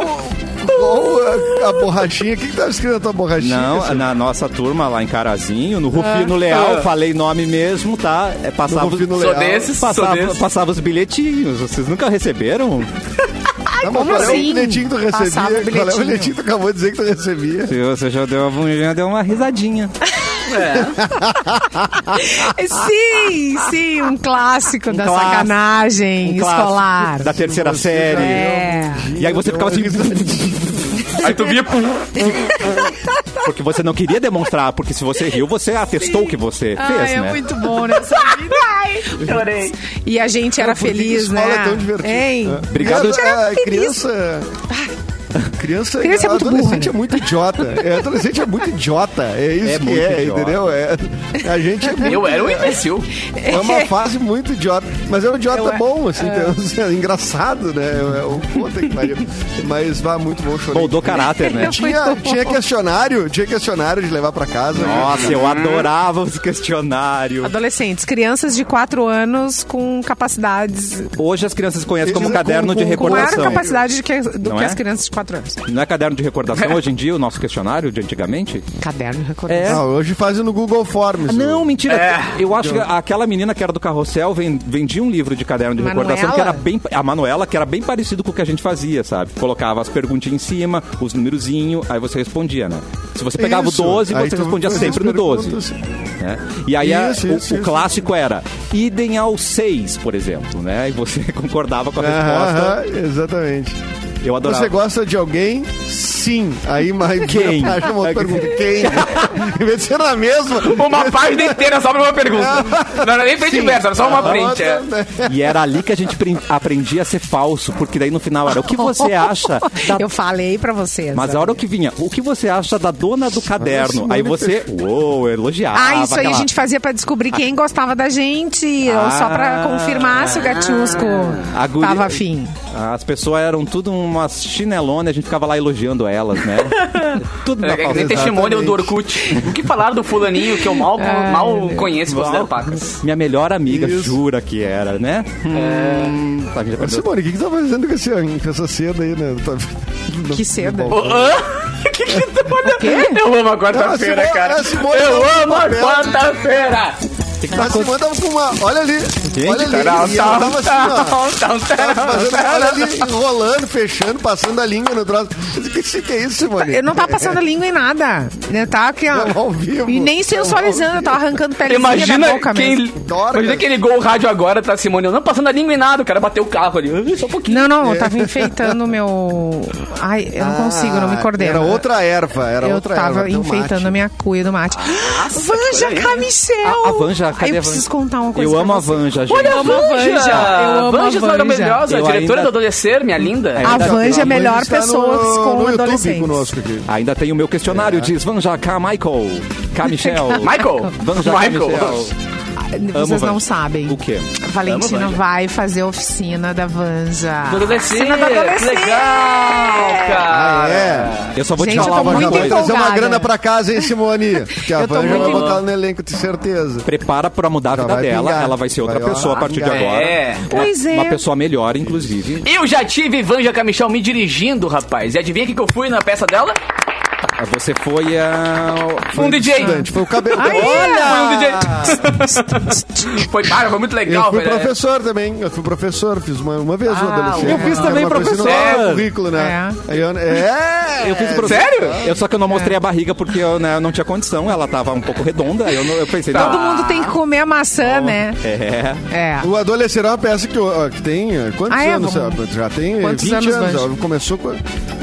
[SPEAKER 2] qual a, a borrachinha? O que, que tá escrito na tua borrachinha?
[SPEAKER 1] Não, na nossa turma lá em Carazinho, no Rufino Leal,
[SPEAKER 3] Ah.
[SPEAKER 1] falei nome mesmo, tá? É, passava,
[SPEAKER 2] No Rufino
[SPEAKER 1] os-
[SPEAKER 2] Leal.
[SPEAKER 3] Sou desses, sou
[SPEAKER 1] passava,
[SPEAKER 3] desses.
[SPEAKER 1] passava os bilhetinhos. Vocês nunca receberam?
[SPEAKER 2] Não, mas
[SPEAKER 4] como
[SPEAKER 2] qual é o
[SPEAKER 4] assim?
[SPEAKER 2] bilhetinho que tu recebia?
[SPEAKER 4] Passava o
[SPEAKER 2] Qual é o
[SPEAKER 4] bilhetinho.
[SPEAKER 2] bilhetinho que tu acabou de dizer que tu recebia?
[SPEAKER 1] Se você já deu a bundinha, deu uma risadinha.
[SPEAKER 4] Sim, sim, um clássico da
[SPEAKER 1] clássico, Um
[SPEAKER 4] sacanagem escolar.
[SPEAKER 1] Da terceira
[SPEAKER 2] Você
[SPEAKER 1] série.
[SPEAKER 2] já deu
[SPEAKER 4] É.
[SPEAKER 2] um dia,
[SPEAKER 1] E aí você assim, ficava
[SPEAKER 2] deu uma
[SPEAKER 1] assim.
[SPEAKER 2] risada.
[SPEAKER 3] Aí tu via. pum.
[SPEAKER 1] Porque você não queria demonstrar, porque se você riu, você atestou o que você fez,
[SPEAKER 4] Ai, é
[SPEAKER 1] né?
[SPEAKER 4] muito bom nessa *laughs* vida.
[SPEAKER 3] Chorei.
[SPEAKER 4] E a gente era feliz, né?
[SPEAKER 2] Escola é tão divertida. É.
[SPEAKER 4] Hein?
[SPEAKER 1] Obrigado.
[SPEAKER 2] Criança-
[SPEAKER 4] Era
[SPEAKER 2] é,
[SPEAKER 4] feliz.
[SPEAKER 2] Criança. Criança,
[SPEAKER 4] Criança é muito burra,
[SPEAKER 2] adolescente
[SPEAKER 4] né?
[SPEAKER 2] é muito idiota. É, adolescente é muito idiota. É isso
[SPEAKER 1] É
[SPEAKER 2] que
[SPEAKER 1] muito
[SPEAKER 2] é,
[SPEAKER 1] idiota.
[SPEAKER 2] entendeu? É, a gente é muito,
[SPEAKER 3] Eu era um imbecil.
[SPEAKER 2] É uma fase muito idiota. Mas é um idiota bom, assim. então, *laughs* é engraçado, né? É um puta que pariu. Mas vá muito bom chorar.
[SPEAKER 1] Moldou caráter, né?
[SPEAKER 2] Tinha, tinha questionário, tinha questionário de levar pra casa. né?
[SPEAKER 1] Nossa, eu adorava os questionários.
[SPEAKER 4] Adolescentes, crianças de 4 anos com capacidades.
[SPEAKER 1] Hoje as crianças conhecem como
[SPEAKER 2] Eles-
[SPEAKER 1] caderno de
[SPEAKER 2] com- com-
[SPEAKER 4] Com maior
[SPEAKER 1] recordação.
[SPEAKER 4] capacidade de que- do
[SPEAKER 1] Não
[SPEAKER 4] que
[SPEAKER 1] é?
[SPEAKER 4] as crianças de 4 anos.
[SPEAKER 1] Não é caderno de *laughs* recordação hoje em dia, o nosso questionário de antigamente?
[SPEAKER 4] Caderno de recordação.
[SPEAKER 2] Ah, hoje fazem no Google Forms.
[SPEAKER 1] Ah,
[SPEAKER 2] né?
[SPEAKER 1] Não, mentira.
[SPEAKER 3] É.
[SPEAKER 1] Eu acho que aquela menina que era do carrossel ven- vendia um livro de caderno de
[SPEAKER 4] Manuela?
[SPEAKER 1] recordação que era bem. A Manuela, que era bem parecido com o que a gente fazia, sabe? Colocava as perguntinhas em cima, os numerozinhos, aí você respondia, né? Se você pegava
[SPEAKER 2] Isso.
[SPEAKER 1] o 12,
[SPEAKER 2] Aí
[SPEAKER 1] você
[SPEAKER 2] tu
[SPEAKER 1] respondia
[SPEAKER 2] fazia as
[SPEAKER 1] sempre no 12.
[SPEAKER 2] perguntas.
[SPEAKER 1] né? E aí a-
[SPEAKER 2] Isso,
[SPEAKER 1] o,
[SPEAKER 2] isso,
[SPEAKER 1] o
[SPEAKER 2] isso.
[SPEAKER 1] clássico era idem ao 6, por exemplo, né? E você *laughs* concordava com a resposta.
[SPEAKER 2] Aham, exatamente.
[SPEAKER 1] Eu adorava.
[SPEAKER 2] Você gosta de alguém? Sim. Aí mais
[SPEAKER 1] Quem?
[SPEAKER 2] Aí uma outra pergunta. Quem? *laughs* em vez de ser na mesma.
[SPEAKER 3] Uma página inteira só pra uma pergunta. Não era nem frente e verso, era só
[SPEAKER 2] Ah,
[SPEAKER 3] uma
[SPEAKER 2] tá,
[SPEAKER 3] frente. é.
[SPEAKER 2] né?
[SPEAKER 1] E era ali que a gente prin- aprendia a ser falso, porque daí no final era o que você acha da
[SPEAKER 4] *laughs* Eu falei pra vocês.
[SPEAKER 1] É. Mas a hora que vinha, o que você acha da dona do caderno?
[SPEAKER 2] Simone
[SPEAKER 1] aí você, uou, elogiava.
[SPEAKER 4] Ah, isso aí
[SPEAKER 1] aquela-
[SPEAKER 4] a gente fazia pra descobrir quem gostava da gente. ou só pra
[SPEAKER 1] Ah.
[SPEAKER 4] confirmar se o gatusco
[SPEAKER 1] A guri-
[SPEAKER 4] tava afim.
[SPEAKER 1] As pessoas eram tudo umas chinelonas, a gente ficava lá elogiando elas,
[SPEAKER 3] *laughs*
[SPEAKER 1] né? tudo
[SPEAKER 3] É,
[SPEAKER 1] na
[SPEAKER 3] que nem
[SPEAKER 1] pausa.
[SPEAKER 3] testemunho do Orkut. O que falaram do fulaninho que eu mal, mal conheço, considero pacas.
[SPEAKER 1] Minha melhor amiga,
[SPEAKER 2] Isso.
[SPEAKER 1] jura que era, né?
[SPEAKER 3] É.
[SPEAKER 1] Hum, a gente já
[SPEAKER 2] Mas,
[SPEAKER 1] perdeu-
[SPEAKER 2] Simone, o que, que tá fazendo com, esse, com essa seda aí, né? Tá-
[SPEAKER 4] Que seda.
[SPEAKER 3] Ô, hã? *laughs* Que que tu olha? Eu amo a quarta-feira,
[SPEAKER 2] Não, a Simone-
[SPEAKER 3] cara.
[SPEAKER 2] a Simone
[SPEAKER 3] Eu
[SPEAKER 2] tá
[SPEAKER 3] amo a
[SPEAKER 2] aberta.
[SPEAKER 3] quarta-feira.
[SPEAKER 2] A Tá, Simone tava com uma. Olha ali. olha ali.
[SPEAKER 3] Tarau,
[SPEAKER 2] e ela
[SPEAKER 3] tarau,
[SPEAKER 2] tava assim, ó.
[SPEAKER 3] tarau, tarau,
[SPEAKER 2] Ela fazendo, olha
[SPEAKER 3] tarau.
[SPEAKER 2] ali, enrolando, fechando, passando a língua no troço. O que, que é isso, Simone?
[SPEAKER 4] Eu não tava passando a língua em nada. né? Eu tava aqui, ó.
[SPEAKER 2] Tava ao vivo.
[SPEAKER 4] E nem
[SPEAKER 2] Tava ao
[SPEAKER 4] sensualizando, eu tava arrancando pelezinha da
[SPEAKER 3] Imagina
[SPEAKER 4] boca mesmo.
[SPEAKER 3] quem,
[SPEAKER 2] Dorcas.
[SPEAKER 3] imagina quem ligou o rádio agora, tá, Simone? Eu não passando a língua em nada, o cara bateu o carro ali. Ah, Só um pouquinho.
[SPEAKER 4] Não, não, eu tava enfeitando o meu. Ai, eu não consigo, eu não me
[SPEAKER 2] É. Ah,
[SPEAKER 4] coordeno.
[SPEAKER 2] Era outra erva, era
[SPEAKER 4] Eu
[SPEAKER 2] outra
[SPEAKER 4] tava
[SPEAKER 2] erva. tem um
[SPEAKER 4] enfeitando
[SPEAKER 2] mate.
[SPEAKER 4] a minha cuia do mate. Vanja
[SPEAKER 3] olha aí.
[SPEAKER 4] Camichel!
[SPEAKER 1] A, a Vanja, cadê a
[SPEAKER 4] Ai, eu
[SPEAKER 1] Vanja?
[SPEAKER 4] preciso contar uma coisa.
[SPEAKER 1] Eu
[SPEAKER 4] pra
[SPEAKER 1] amo a
[SPEAKER 4] vocês.
[SPEAKER 1] Vanja, gente.
[SPEAKER 3] Olha a
[SPEAKER 4] Vanja!
[SPEAKER 3] Vanja!
[SPEAKER 4] Eu amo a
[SPEAKER 3] Vanja
[SPEAKER 4] Vanja.
[SPEAKER 3] maravilhosa,
[SPEAKER 1] Eu
[SPEAKER 3] diretora
[SPEAKER 1] ainda-
[SPEAKER 3] do Adolescer, minha linda.
[SPEAKER 1] Ah,
[SPEAKER 4] A
[SPEAKER 1] Ainda-
[SPEAKER 4] Vanja é a melhor
[SPEAKER 2] Está
[SPEAKER 4] pessoa
[SPEAKER 2] tá no,
[SPEAKER 4] com
[SPEAKER 2] no YouTube
[SPEAKER 4] adolescentes.
[SPEAKER 2] conosco aqui.
[SPEAKER 1] Ainda tem o meu questionário, diz Vanja K. Michael. K. Michel.
[SPEAKER 3] Michael!
[SPEAKER 1] Vanja K. Michel.
[SPEAKER 3] Michael!
[SPEAKER 1] Amo
[SPEAKER 4] Vocês não
[SPEAKER 1] Vanja.
[SPEAKER 4] sabem.
[SPEAKER 1] O quê?
[SPEAKER 4] A Valentina
[SPEAKER 3] Vanja.
[SPEAKER 4] vai fazer a oficina da Vanja.
[SPEAKER 3] Adolescer,
[SPEAKER 4] Oficina da
[SPEAKER 3] que
[SPEAKER 4] adolescente.
[SPEAKER 3] legal, cara!
[SPEAKER 2] Ah, é.
[SPEAKER 1] Eu só vou
[SPEAKER 4] Gente,
[SPEAKER 1] te
[SPEAKER 4] eu
[SPEAKER 1] falar
[SPEAKER 4] tô
[SPEAKER 1] uma
[SPEAKER 4] muito
[SPEAKER 1] coisa.
[SPEAKER 2] então trazer uma
[SPEAKER 4] empolgada.
[SPEAKER 2] grana pra casa, hein,
[SPEAKER 4] *laughs*
[SPEAKER 2] Simone? Que a
[SPEAKER 4] Eu tô
[SPEAKER 2] Vanja
[SPEAKER 4] muito
[SPEAKER 2] vai
[SPEAKER 4] empol-
[SPEAKER 2] botar no elenco, tenho certeza.
[SPEAKER 1] prepara pra mudar a
[SPEAKER 2] Já
[SPEAKER 1] vida
[SPEAKER 2] vai
[SPEAKER 1] dela.
[SPEAKER 2] pingar.
[SPEAKER 1] Ela vai ser outra
[SPEAKER 2] Vai, ó,
[SPEAKER 1] pessoa a partir de
[SPEAKER 2] pingar.
[SPEAKER 1] agora.
[SPEAKER 3] É.
[SPEAKER 1] Uma-
[SPEAKER 4] Pois é.
[SPEAKER 1] Uma pessoa melhor, inclusive.
[SPEAKER 3] Eu já tive Vanja Camichel me dirigindo, rapaz. E adivinha o que que eu fui na peça dela?
[SPEAKER 1] Você foi a.
[SPEAKER 3] Um DJ.
[SPEAKER 2] Estudante, Foi o cabelo.
[SPEAKER 4] é.
[SPEAKER 3] Foi um DJ. *laughs* foi, cara, foi né? muito
[SPEAKER 2] Eu
[SPEAKER 3] legal,
[SPEAKER 2] fui um
[SPEAKER 3] velho.
[SPEAKER 2] professor também. Eu fui professor, fiz uma, uma vez
[SPEAKER 4] Ah,
[SPEAKER 2] o adolescente.
[SPEAKER 1] eu fiz
[SPEAKER 2] Era
[SPEAKER 1] também
[SPEAKER 2] uma coisa que não
[SPEAKER 1] professor.
[SPEAKER 2] tava no currículo, né? Aí eu- É!
[SPEAKER 1] Eu fiz o processo.
[SPEAKER 3] Sério?
[SPEAKER 1] Eu só que eu não mostrei a barriga porque eu, né, eu não tinha condição. Ela tava um pouco redonda. Eu, não- eu pensei,
[SPEAKER 3] Tá.
[SPEAKER 1] não.
[SPEAKER 4] Todo mundo tem que comer a maçã, né?
[SPEAKER 1] É.
[SPEAKER 4] É.
[SPEAKER 2] O Adolescer é uma peça que, ó, que tem eh, quantos
[SPEAKER 4] Ah, é?
[SPEAKER 2] anos?
[SPEAKER 4] Vamos-
[SPEAKER 2] ó, Já tem eh,
[SPEAKER 4] Quantos
[SPEAKER 2] 20
[SPEAKER 4] anos,
[SPEAKER 2] anos.
[SPEAKER 4] Vanja?
[SPEAKER 2] ó, Começou com.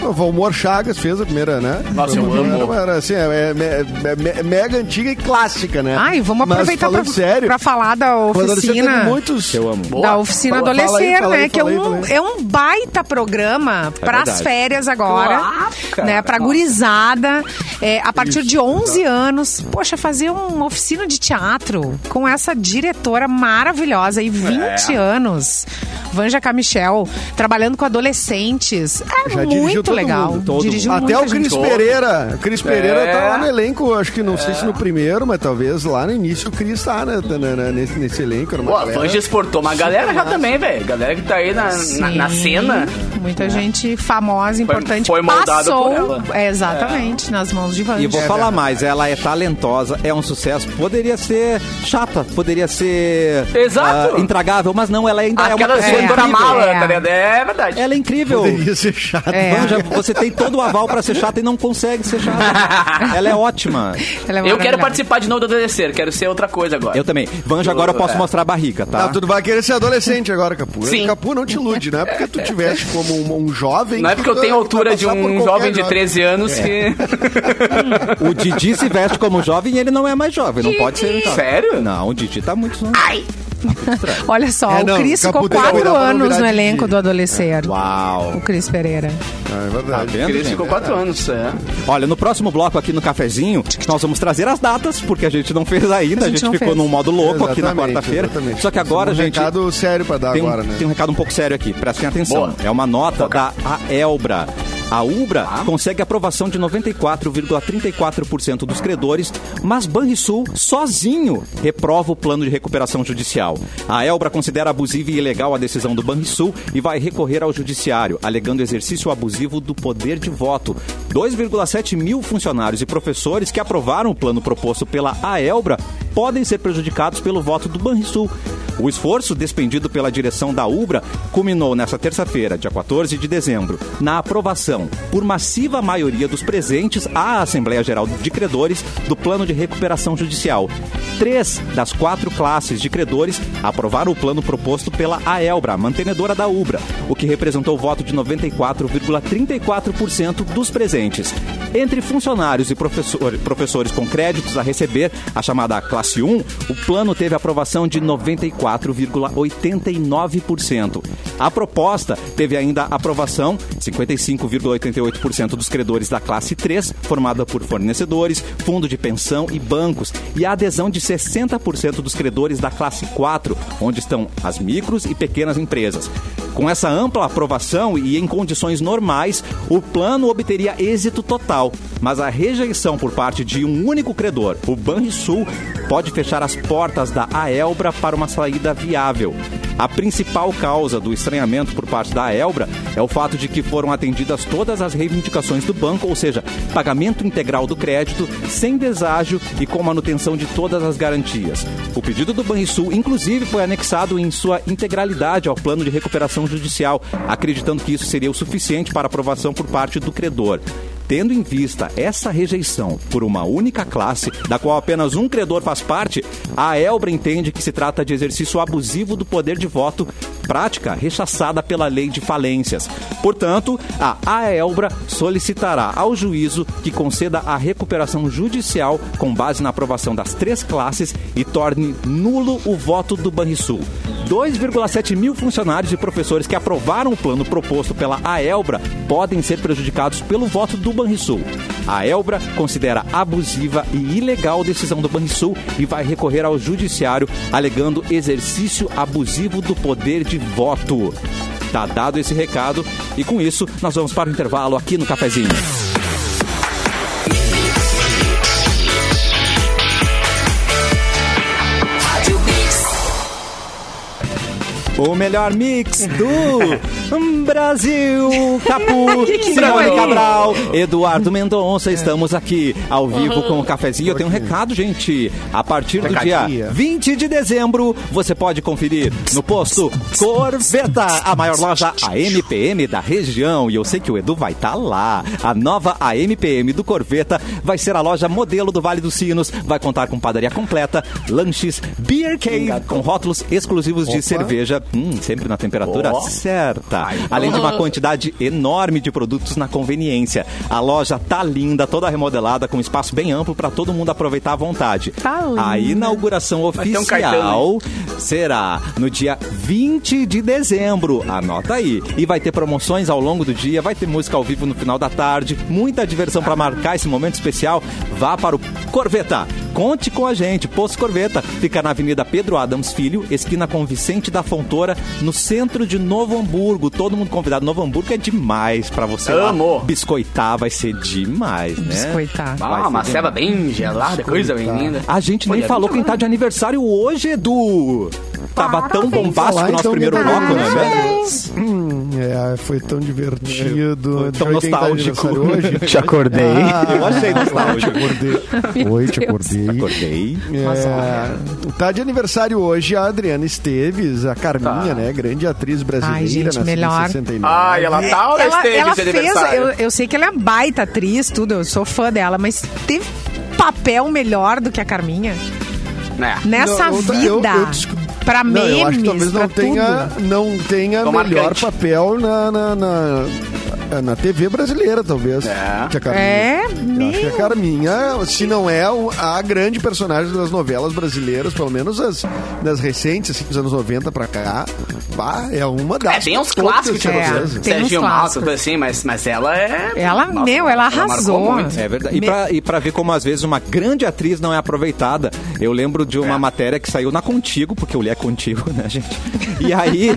[SPEAKER 2] O Valmor Chagas fez a primeira, né?
[SPEAKER 3] Nossa, eu
[SPEAKER 2] Era-
[SPEAKER 3] amo.
[SPEAKER 2] Era assim, é, é- é- é- mega antiga e clássica, né?
[SPEAKER 4] Ai, vamos
[SPEAKER 2] Mas
[SPEAKER 4] aproveitar
[SPEAKER 2] falando
[SPEAKER 4] pra,
[SPEAKER 2] sério,
[SPEAKER 4] pra falar da
[SPEAKER 2] o Adolescer
[SPEAKER 4] oficina.
[SPEAKER 2] teve muitos.
[SPEAKER 1] Eu amo.
[SPEAKER 4] Da
[SPEAKER 3] Boa.
[SPEAKER 4] oficina
[SPEAKER 2] Fala-
[SPEAKER 4] adolescer,
[SPEAKER 2] fala aí, fala
[SPEAKER 4] né?
[SPEAKER 2] aí,
[SPEAKER 4] que é
[SPEAKER 2] fala aí,
[SPEAKER 4] um,
[SPEAKER 2] fala aí. É
[SPEAKER 4] é um baita programa para as
[SPEAKER 1] verdade.
[SPEAKER 4] férias agora,
[SPEAKER 3] Claro, cara.
[SPEAKER 4] né? Para
[SPEAKER 3] Nossa.
[SPEAKER 4] gurizada, é, a partir de 11 anos. Poxa, fazer uma oficina de teatro com essa diretora maravilhosa
[SPEAKER 2] É.
[SPEAKER 4] e 20 anos. Vanja Camichel, trabalhando com adolescentes. É
[SPEAKER 2] Já dirigiu
[SPEAKER 4] muito
[SPEAKER 2] todo
[SPEAKER 4] legal.
[SPEAKER 2] mundo,
[SPEAKER 1] todo
[SPEAKER 4] dirigiu
[SPEAKER 1] mundo.
[SPEAKER 2] Até
[SPEAKER 4] muita
[SPEAKER 2] o Cris
[SPEAKER 4] gente.
[SPEAKER 2] Pereira. Cris Pereira
[SPEAKER 3] É.
[SPEAKER 2] tá lá no elenco, acho que não sei se no primeiro, mas talvez lá no início o Cris tá né, tá, né, né, nesse, nesse elenco. era uma
[SPEAKER 3] Pô, a
[SPEAKER 2] galera.
[SPEAKER 3] Vanja exportou uma galera já também, velho. Galera que tá aí na, na, na
[SPEAKER 4] Sim,
[SPEAKER 3] cena.
[SPEAKER 2] Né?
[SPEAKER 4] Muita gente famosa, importante.
[SPEAKER 3] foi moldada
[SPEAKER 4] passou,
[SPEAKER 3] por ela.
[SPEAKER 4] É, exatamente, nas mãos de Vanja.
[SPEAKER 1] E vou falar mais, ela é talentosa, é um sucesso. Poderia ser chata, poderia ser
[SPEAKER 3] Exato.
[SPEAKER 1] ah, intragável, mas não, ela ainda
[SPEAKER 3] Aquela
[SPEAKER 1] é uma
[SPEAKER 3] é,
[SPEAKER 1] pessoa
[SPEAKER 3] da
[SPEAKER 1] incrível.
[SPEAKER 3] mala,
[SPEAKER 4] É.
[SPEAKER 3] tá ligado? É verdade.
[SPEAKER 1] Ela é incrível.
[SPEAKER 2] Poderia ser chato.
[SPEAKER 4] É.
[SPEAKER 1] Vanja, você tem todo o aval pra ser chata e não consegue ser chata. Ela é ótima.
[SPEAKER 4] Ela é
[SPEAKER 3] Eu quero
[SPEAKER 4] maravilhosa.
[SPEAKER 3] participar de novo do adolecer, quero ser outra coisa agora.
[SPEAKER 1] Eu também. Vanja, agora eu posso mostrar a barriga, tá?
[SPEAKER 2] Ah, tu vai querer ser adolescente agora, Capu.
[SPEAKER 3] Sim.
[SPEAKER 2] Capu não te ilude, né? Porque tu tiveste como um, um jovem.
[SPEAKER 3] Não é
[SPEAKER 2] que
[SPEAKER 3] porque eu
[SPEAKER 2] tu-
[SPEAKER 3] tenho a
[SPEAKER 2] que
[SPEAKER 3] altura
[SPEAKER 2] vai
[SPEAKER 3] de
[SPEAKER 2] passar por
[SPEAKER 3] um
[SPEAKER 2] qualquer
[SPEAKER 3] jovem de 13 anos
[SPEAKER 1] É.
[SPEAKER 3] que.
[SPEAKER 1] O Didi se veste como jovem e ele não é mais jovem. Não pode ser. Então.
[SPEAKER 3] *laughs* Sério?
[SPEAKER 1] Não, o Didi tá muito.
[SPEAKER 4] Olha só,
[SPEAKER 2] É,
[SPEAKER 4] o
[SPEAKER 2] não,
[SPEAKER 4] Cris ficou
[SPEAKER 2] Caputeira
[SPEAKER 4] quatro
[SPEAKER 2] dá pra não
[SPEAKER 4] anos
[SPEAKER 2] virar
[SPEAKER 4] no
[SPEAKER 2] de-
[SPEAKER 4] elenco do Adolescer.
[SPEAKER 1] Uau.
[SPEAKER 4] O Cris Pereira.
[SPEAKER 2] É
[SPEAKER 1] Tá
[SPEAKER 2] verdade.
[SPEAKER 1] vendo,
[SPEAKER 3] Ele
[SPEAKER 1] gente?
[SPEAKER 3] ficou 4 anos, é.
[SPEAKER 1] Olha, no próximo bloco aqui no cafezinho, nós vamos trazer as datas, porque a gente não fez ainda, a
[SPEAKER 4] A gente
[SPEAKER 1] gente,
[SPEAKER 4] não
[SPEAKER 1] ficou
[SPEAKER 4] fez.
[SPEAKER 1] num modo louco aqui na
[SPEAKER 2] Exatamente,
[SPEAKER 1] quarta-feira.
[SPEAKER 2] exatamente.
[SPEAKER 1] Só que agora,
[SPEAKER 2] um
[SPEAKER 1] gente,
[SPEAKER 2] recado sério pra dar
[SPEAKER 1] tem, um,
[SPEAKER 2] agora, né?
[SPEAKER 1] tem um recado um pouco sério aqui, prestem atenção.
[SPEAKER 3] Boa.
[SPEAKER 1] É uma nota da Aelbra. A Ubra
[SPEAKER 2] Ah.
[SPEAKER 1] consegue aprovação de 94,34% dos credores, mas Banrisul, sozinho, reprova o plano de recuperação judicial. A Elbra considera abusiva e ilegal a decisão do Banrisul e vai recorrer ao judiciário, alegando exercício abusivo do poder de voto. 2,7 mil funcionários e professores que aprovaram o plano proposto pela Aelbra podem ser prejudicados pelo voto do Banrisul. O esforço despendido pela direção da Ubra culminou nesta terça-feira, dia 14 de dezembro, na aprovação, por massiva maioria dos presentes à Assembleia Geral de Credores, do Plano de Recuperação Judicial. Três das quatro classes de credores aprovaram o plano proposto pela AELBRA, mantenedora da Ubra, o que representou o voto de 94,34% dos presentes. Entre funcionários e professor- professores com créditos a receber, a chamada classe 1, o plano teve aprovação de 94,89%. A proposta teve ainda aprovação 55,88% dos credores da classe 3, formada por fornecedores, fundo de pensão e bancos, e a adesão de 60% dos credores da classe 4, onde estão as micros e pequenas empresas. Com essa ampla aprovação e em condições normais, o plano obteria êxito total, mas a rejeição por parte de um único credor, o Banrisul, pode fechar as portas da Aelbra para uma saída viável. A principal causa do estranhamento por parte da Aelbra é o fato de que foram atendidas todas as reivindicações do banco, ou seja, pagamento integral do crédito, sem deságio e com manutenção de todas as garantias. O pedido do Banrisul, inclusive, foi anexado em sua integralidade ao plano de recuperação judicial, acreditando que isso seria o suficiente para aprovação por parte do credor. Tendo em vista essa rejeição por uma única classe, da qual apenas um credor faz parte, a Elbra entende que se trata de exercício abusivo do poder de voto, prática rechaçada pela lei de falências. Portanto, a AELBRA solicitará ao juízo que conceda a recuperação judicial com base na aprovação das três classes e torne nulo o voto do Banrisul. 2,7 mil funcionários e professores que aprovaram o plano proposto pela AELBRA podem ser prejudicados pelo voto do Banrisul. A Elbra considera abusiva e ilegal a decisão do Banrisul e vai recorrer ao judiciário alegando exercício abusivo do poder de voto. Tá dado esse recado e com isso nós vamos para o intervalo aqui no cafezinho. O melhor mix do Brasil, Capu,
[SPEAKER 4] *laughs* Que que
[SPEAKER 1] Simone
[SPEAKER 4] foi?
[SPEAKER 1] Cabral, Eduardo Mendonça, estamos aqui ao vivo com o cafezinho. Eu tenho um recado, gente. A partir do dia
[SPEAKER 2] Recadinho.
[SPEAKER 1] 20 de dezembro, você pode conferir no posto Corveta, a maior loja AMPM da região. E eu sei que o Edu vai estar lá. A nova AMPM do Corveta vai ser a loja modelo do Vale dos Sinos. Vai contar com padaria completa, lanches, beer cave, com rótulos exclusivos de cerveja, hum, sempre na temperatura certa. Além de uma quantidade enorme de produtos na conveniência. A loja tá linda, toda remodelada, com espaço bem amplo para todo mundo aproveitar à vontade.
[SPEAKER 4] Tá linda.
[SPEAKER 1] A inauguração
[SPEAKER 3] ter
[SPEAKER 1] oficial
[SPEAKER 3] um cartão,
[SPEAKER 1] será no dia 20 de dezembro. Anota aí. E vai ter promoções ao longo do dia, vai ter música ao vivo no final da tarde, muita diversão para marcar esse momento especial. Vá para o Corveta. Conte com a gente. Posto Corveta fica na Avenida Pedro Adams Filho, esquina com Vicente da Fontoura, no centro de Novo Hamburgo. Todo mundo convidado. Novo Hamburgo é demais para você
[SPEAKER 3] Amo.
[SPEAKER 1] lá. Biscoitar vai ser demais, né?
[SPEAKER 4] Biscoitar.
[SPEAKER 1] Vai
[SPEAKER 3] Ah,
[SPEAKER 1] ser
[SPEAKER 3] uma
[SPEAKER 1] demais.
[SPEAKER 3] ceva bem gelada, coisa bem linda.
[SPEAKER 1] A gente nem
[SPEAKER 3] Olha,
[SPEAKER 1] falou
[SPEAKER 3] muito
[SPEAKER 1] quem tá de aniversário hoje, Edu. Tava tão bombástico o nosso primeiro bloco,
[SPEAKER 3] Ah,
[SPEAKER 1] né? velho?
[SPEAKER 2] Hum, é, foi tão
[SPEAKER 1] tão
[SPEAKER 2] divertido. Deixa eu ver quem tá de
[SPEAKER 1] nostálgico. *laughs*
[SPEAKER 2] aniversário Hoje. Ah,
[SPEAKER 6] Te acordei.
[SPEAKER 1] Eu achei
[SPEAKER 2] Te
[SPEAKER 1] nostálgico.
[SPEAKER 4] *laughs*
[SPEAKER 2] acordei. Oi, te acordei.
[SPEAKER 1] Acordei.
[SPEAKER 2] É, tá de aniversário hoje a Adriana Esteves, a Carminha, né? Grande atriz brasileira.
[SPEAKER 4] Ai, gente,
[SPEAKER 2] nascida em
[SPEAKER 4] melhor.
[SPEAKER 2] 69.
[SPEAKER 3] Tá. Ai, ela tá ou
[SPEAKER 4] ela,
[SPEAKER 3] esteve
[SPEAKER 4] ela
[SPEAKER 3] de
[SPEAKER 4] fez,
[SPEAKER 3] aniversário?
[SPEAKER 4] eu, eu sei que ela é baita atriz, tudo, eu sou fã dela, mas teve papel melhor do que a Carminha
[SPEAKER 3] Né?
[SPEAKER 4] nessa
[SPEAKER 2] Não, tá- eu-
[SPEAKER 4] vida.
[SPEAKER 2] Eu, eu desco-
[SPEAKER 4] Pra
[SPEAKER 2] Não,
[SPEAKER 4] memes,
[SPEAKER 2] eu acho que talvez
[SPEAKER 4] pra
[SPEAKER 2] não tenha,
[SPEAKER 4] tudo.
[SPEAKER 2] não tenha
[SPEAKER 3] Tomar
[SPEAKER 2] melhor
[SPEAKER 3] cante.
[SPEAKER 2] papel na, na, na, na TV brasileira, talvez.
[SPEAKER 3] É.
[SPEAKER 2] Que a Carminha.
[SPEAKER 4] É,
[SPEAKER 2] Eu acho que a
[SPEAKER 4] meu.
[SPEAKER 2] Carminha, se não é o- a grande personagem das novelas brasileiras, pelo menos as das recentes, assim, dos anos 90 pra cá, pá, é uma das.
[SPEAKER 3] É, tem uns
[SPEAKER 2] todas,
[SPEAKER 3] clássicos, tipo,
[SPEAKER 4] É,
[SPEAKER 2] certeza.
[SPEAKER 4] tem uns
[SPEAKER 3] Serginho Mato,
[SPEAKER 4] clássicos.
[SPEAKER 3] assim, mas, mas ela é...
[SPEAKER 4] Ela, meu, ela
[SPEAKER 3] marcou
[SPEAKER 4] arrasou.
[SPEAKER 3] muito.
[SPEAKER 1] É verdade. E,
[SPEAKER 4] Me-
[SPEAKER 1] pra, e pra ver como às vezes uma grande atriz não é aproveitada, eu lembro de uma matéria que saiu na Contigo, porque eu li a Contigo, né, gente? *laughs* E aí,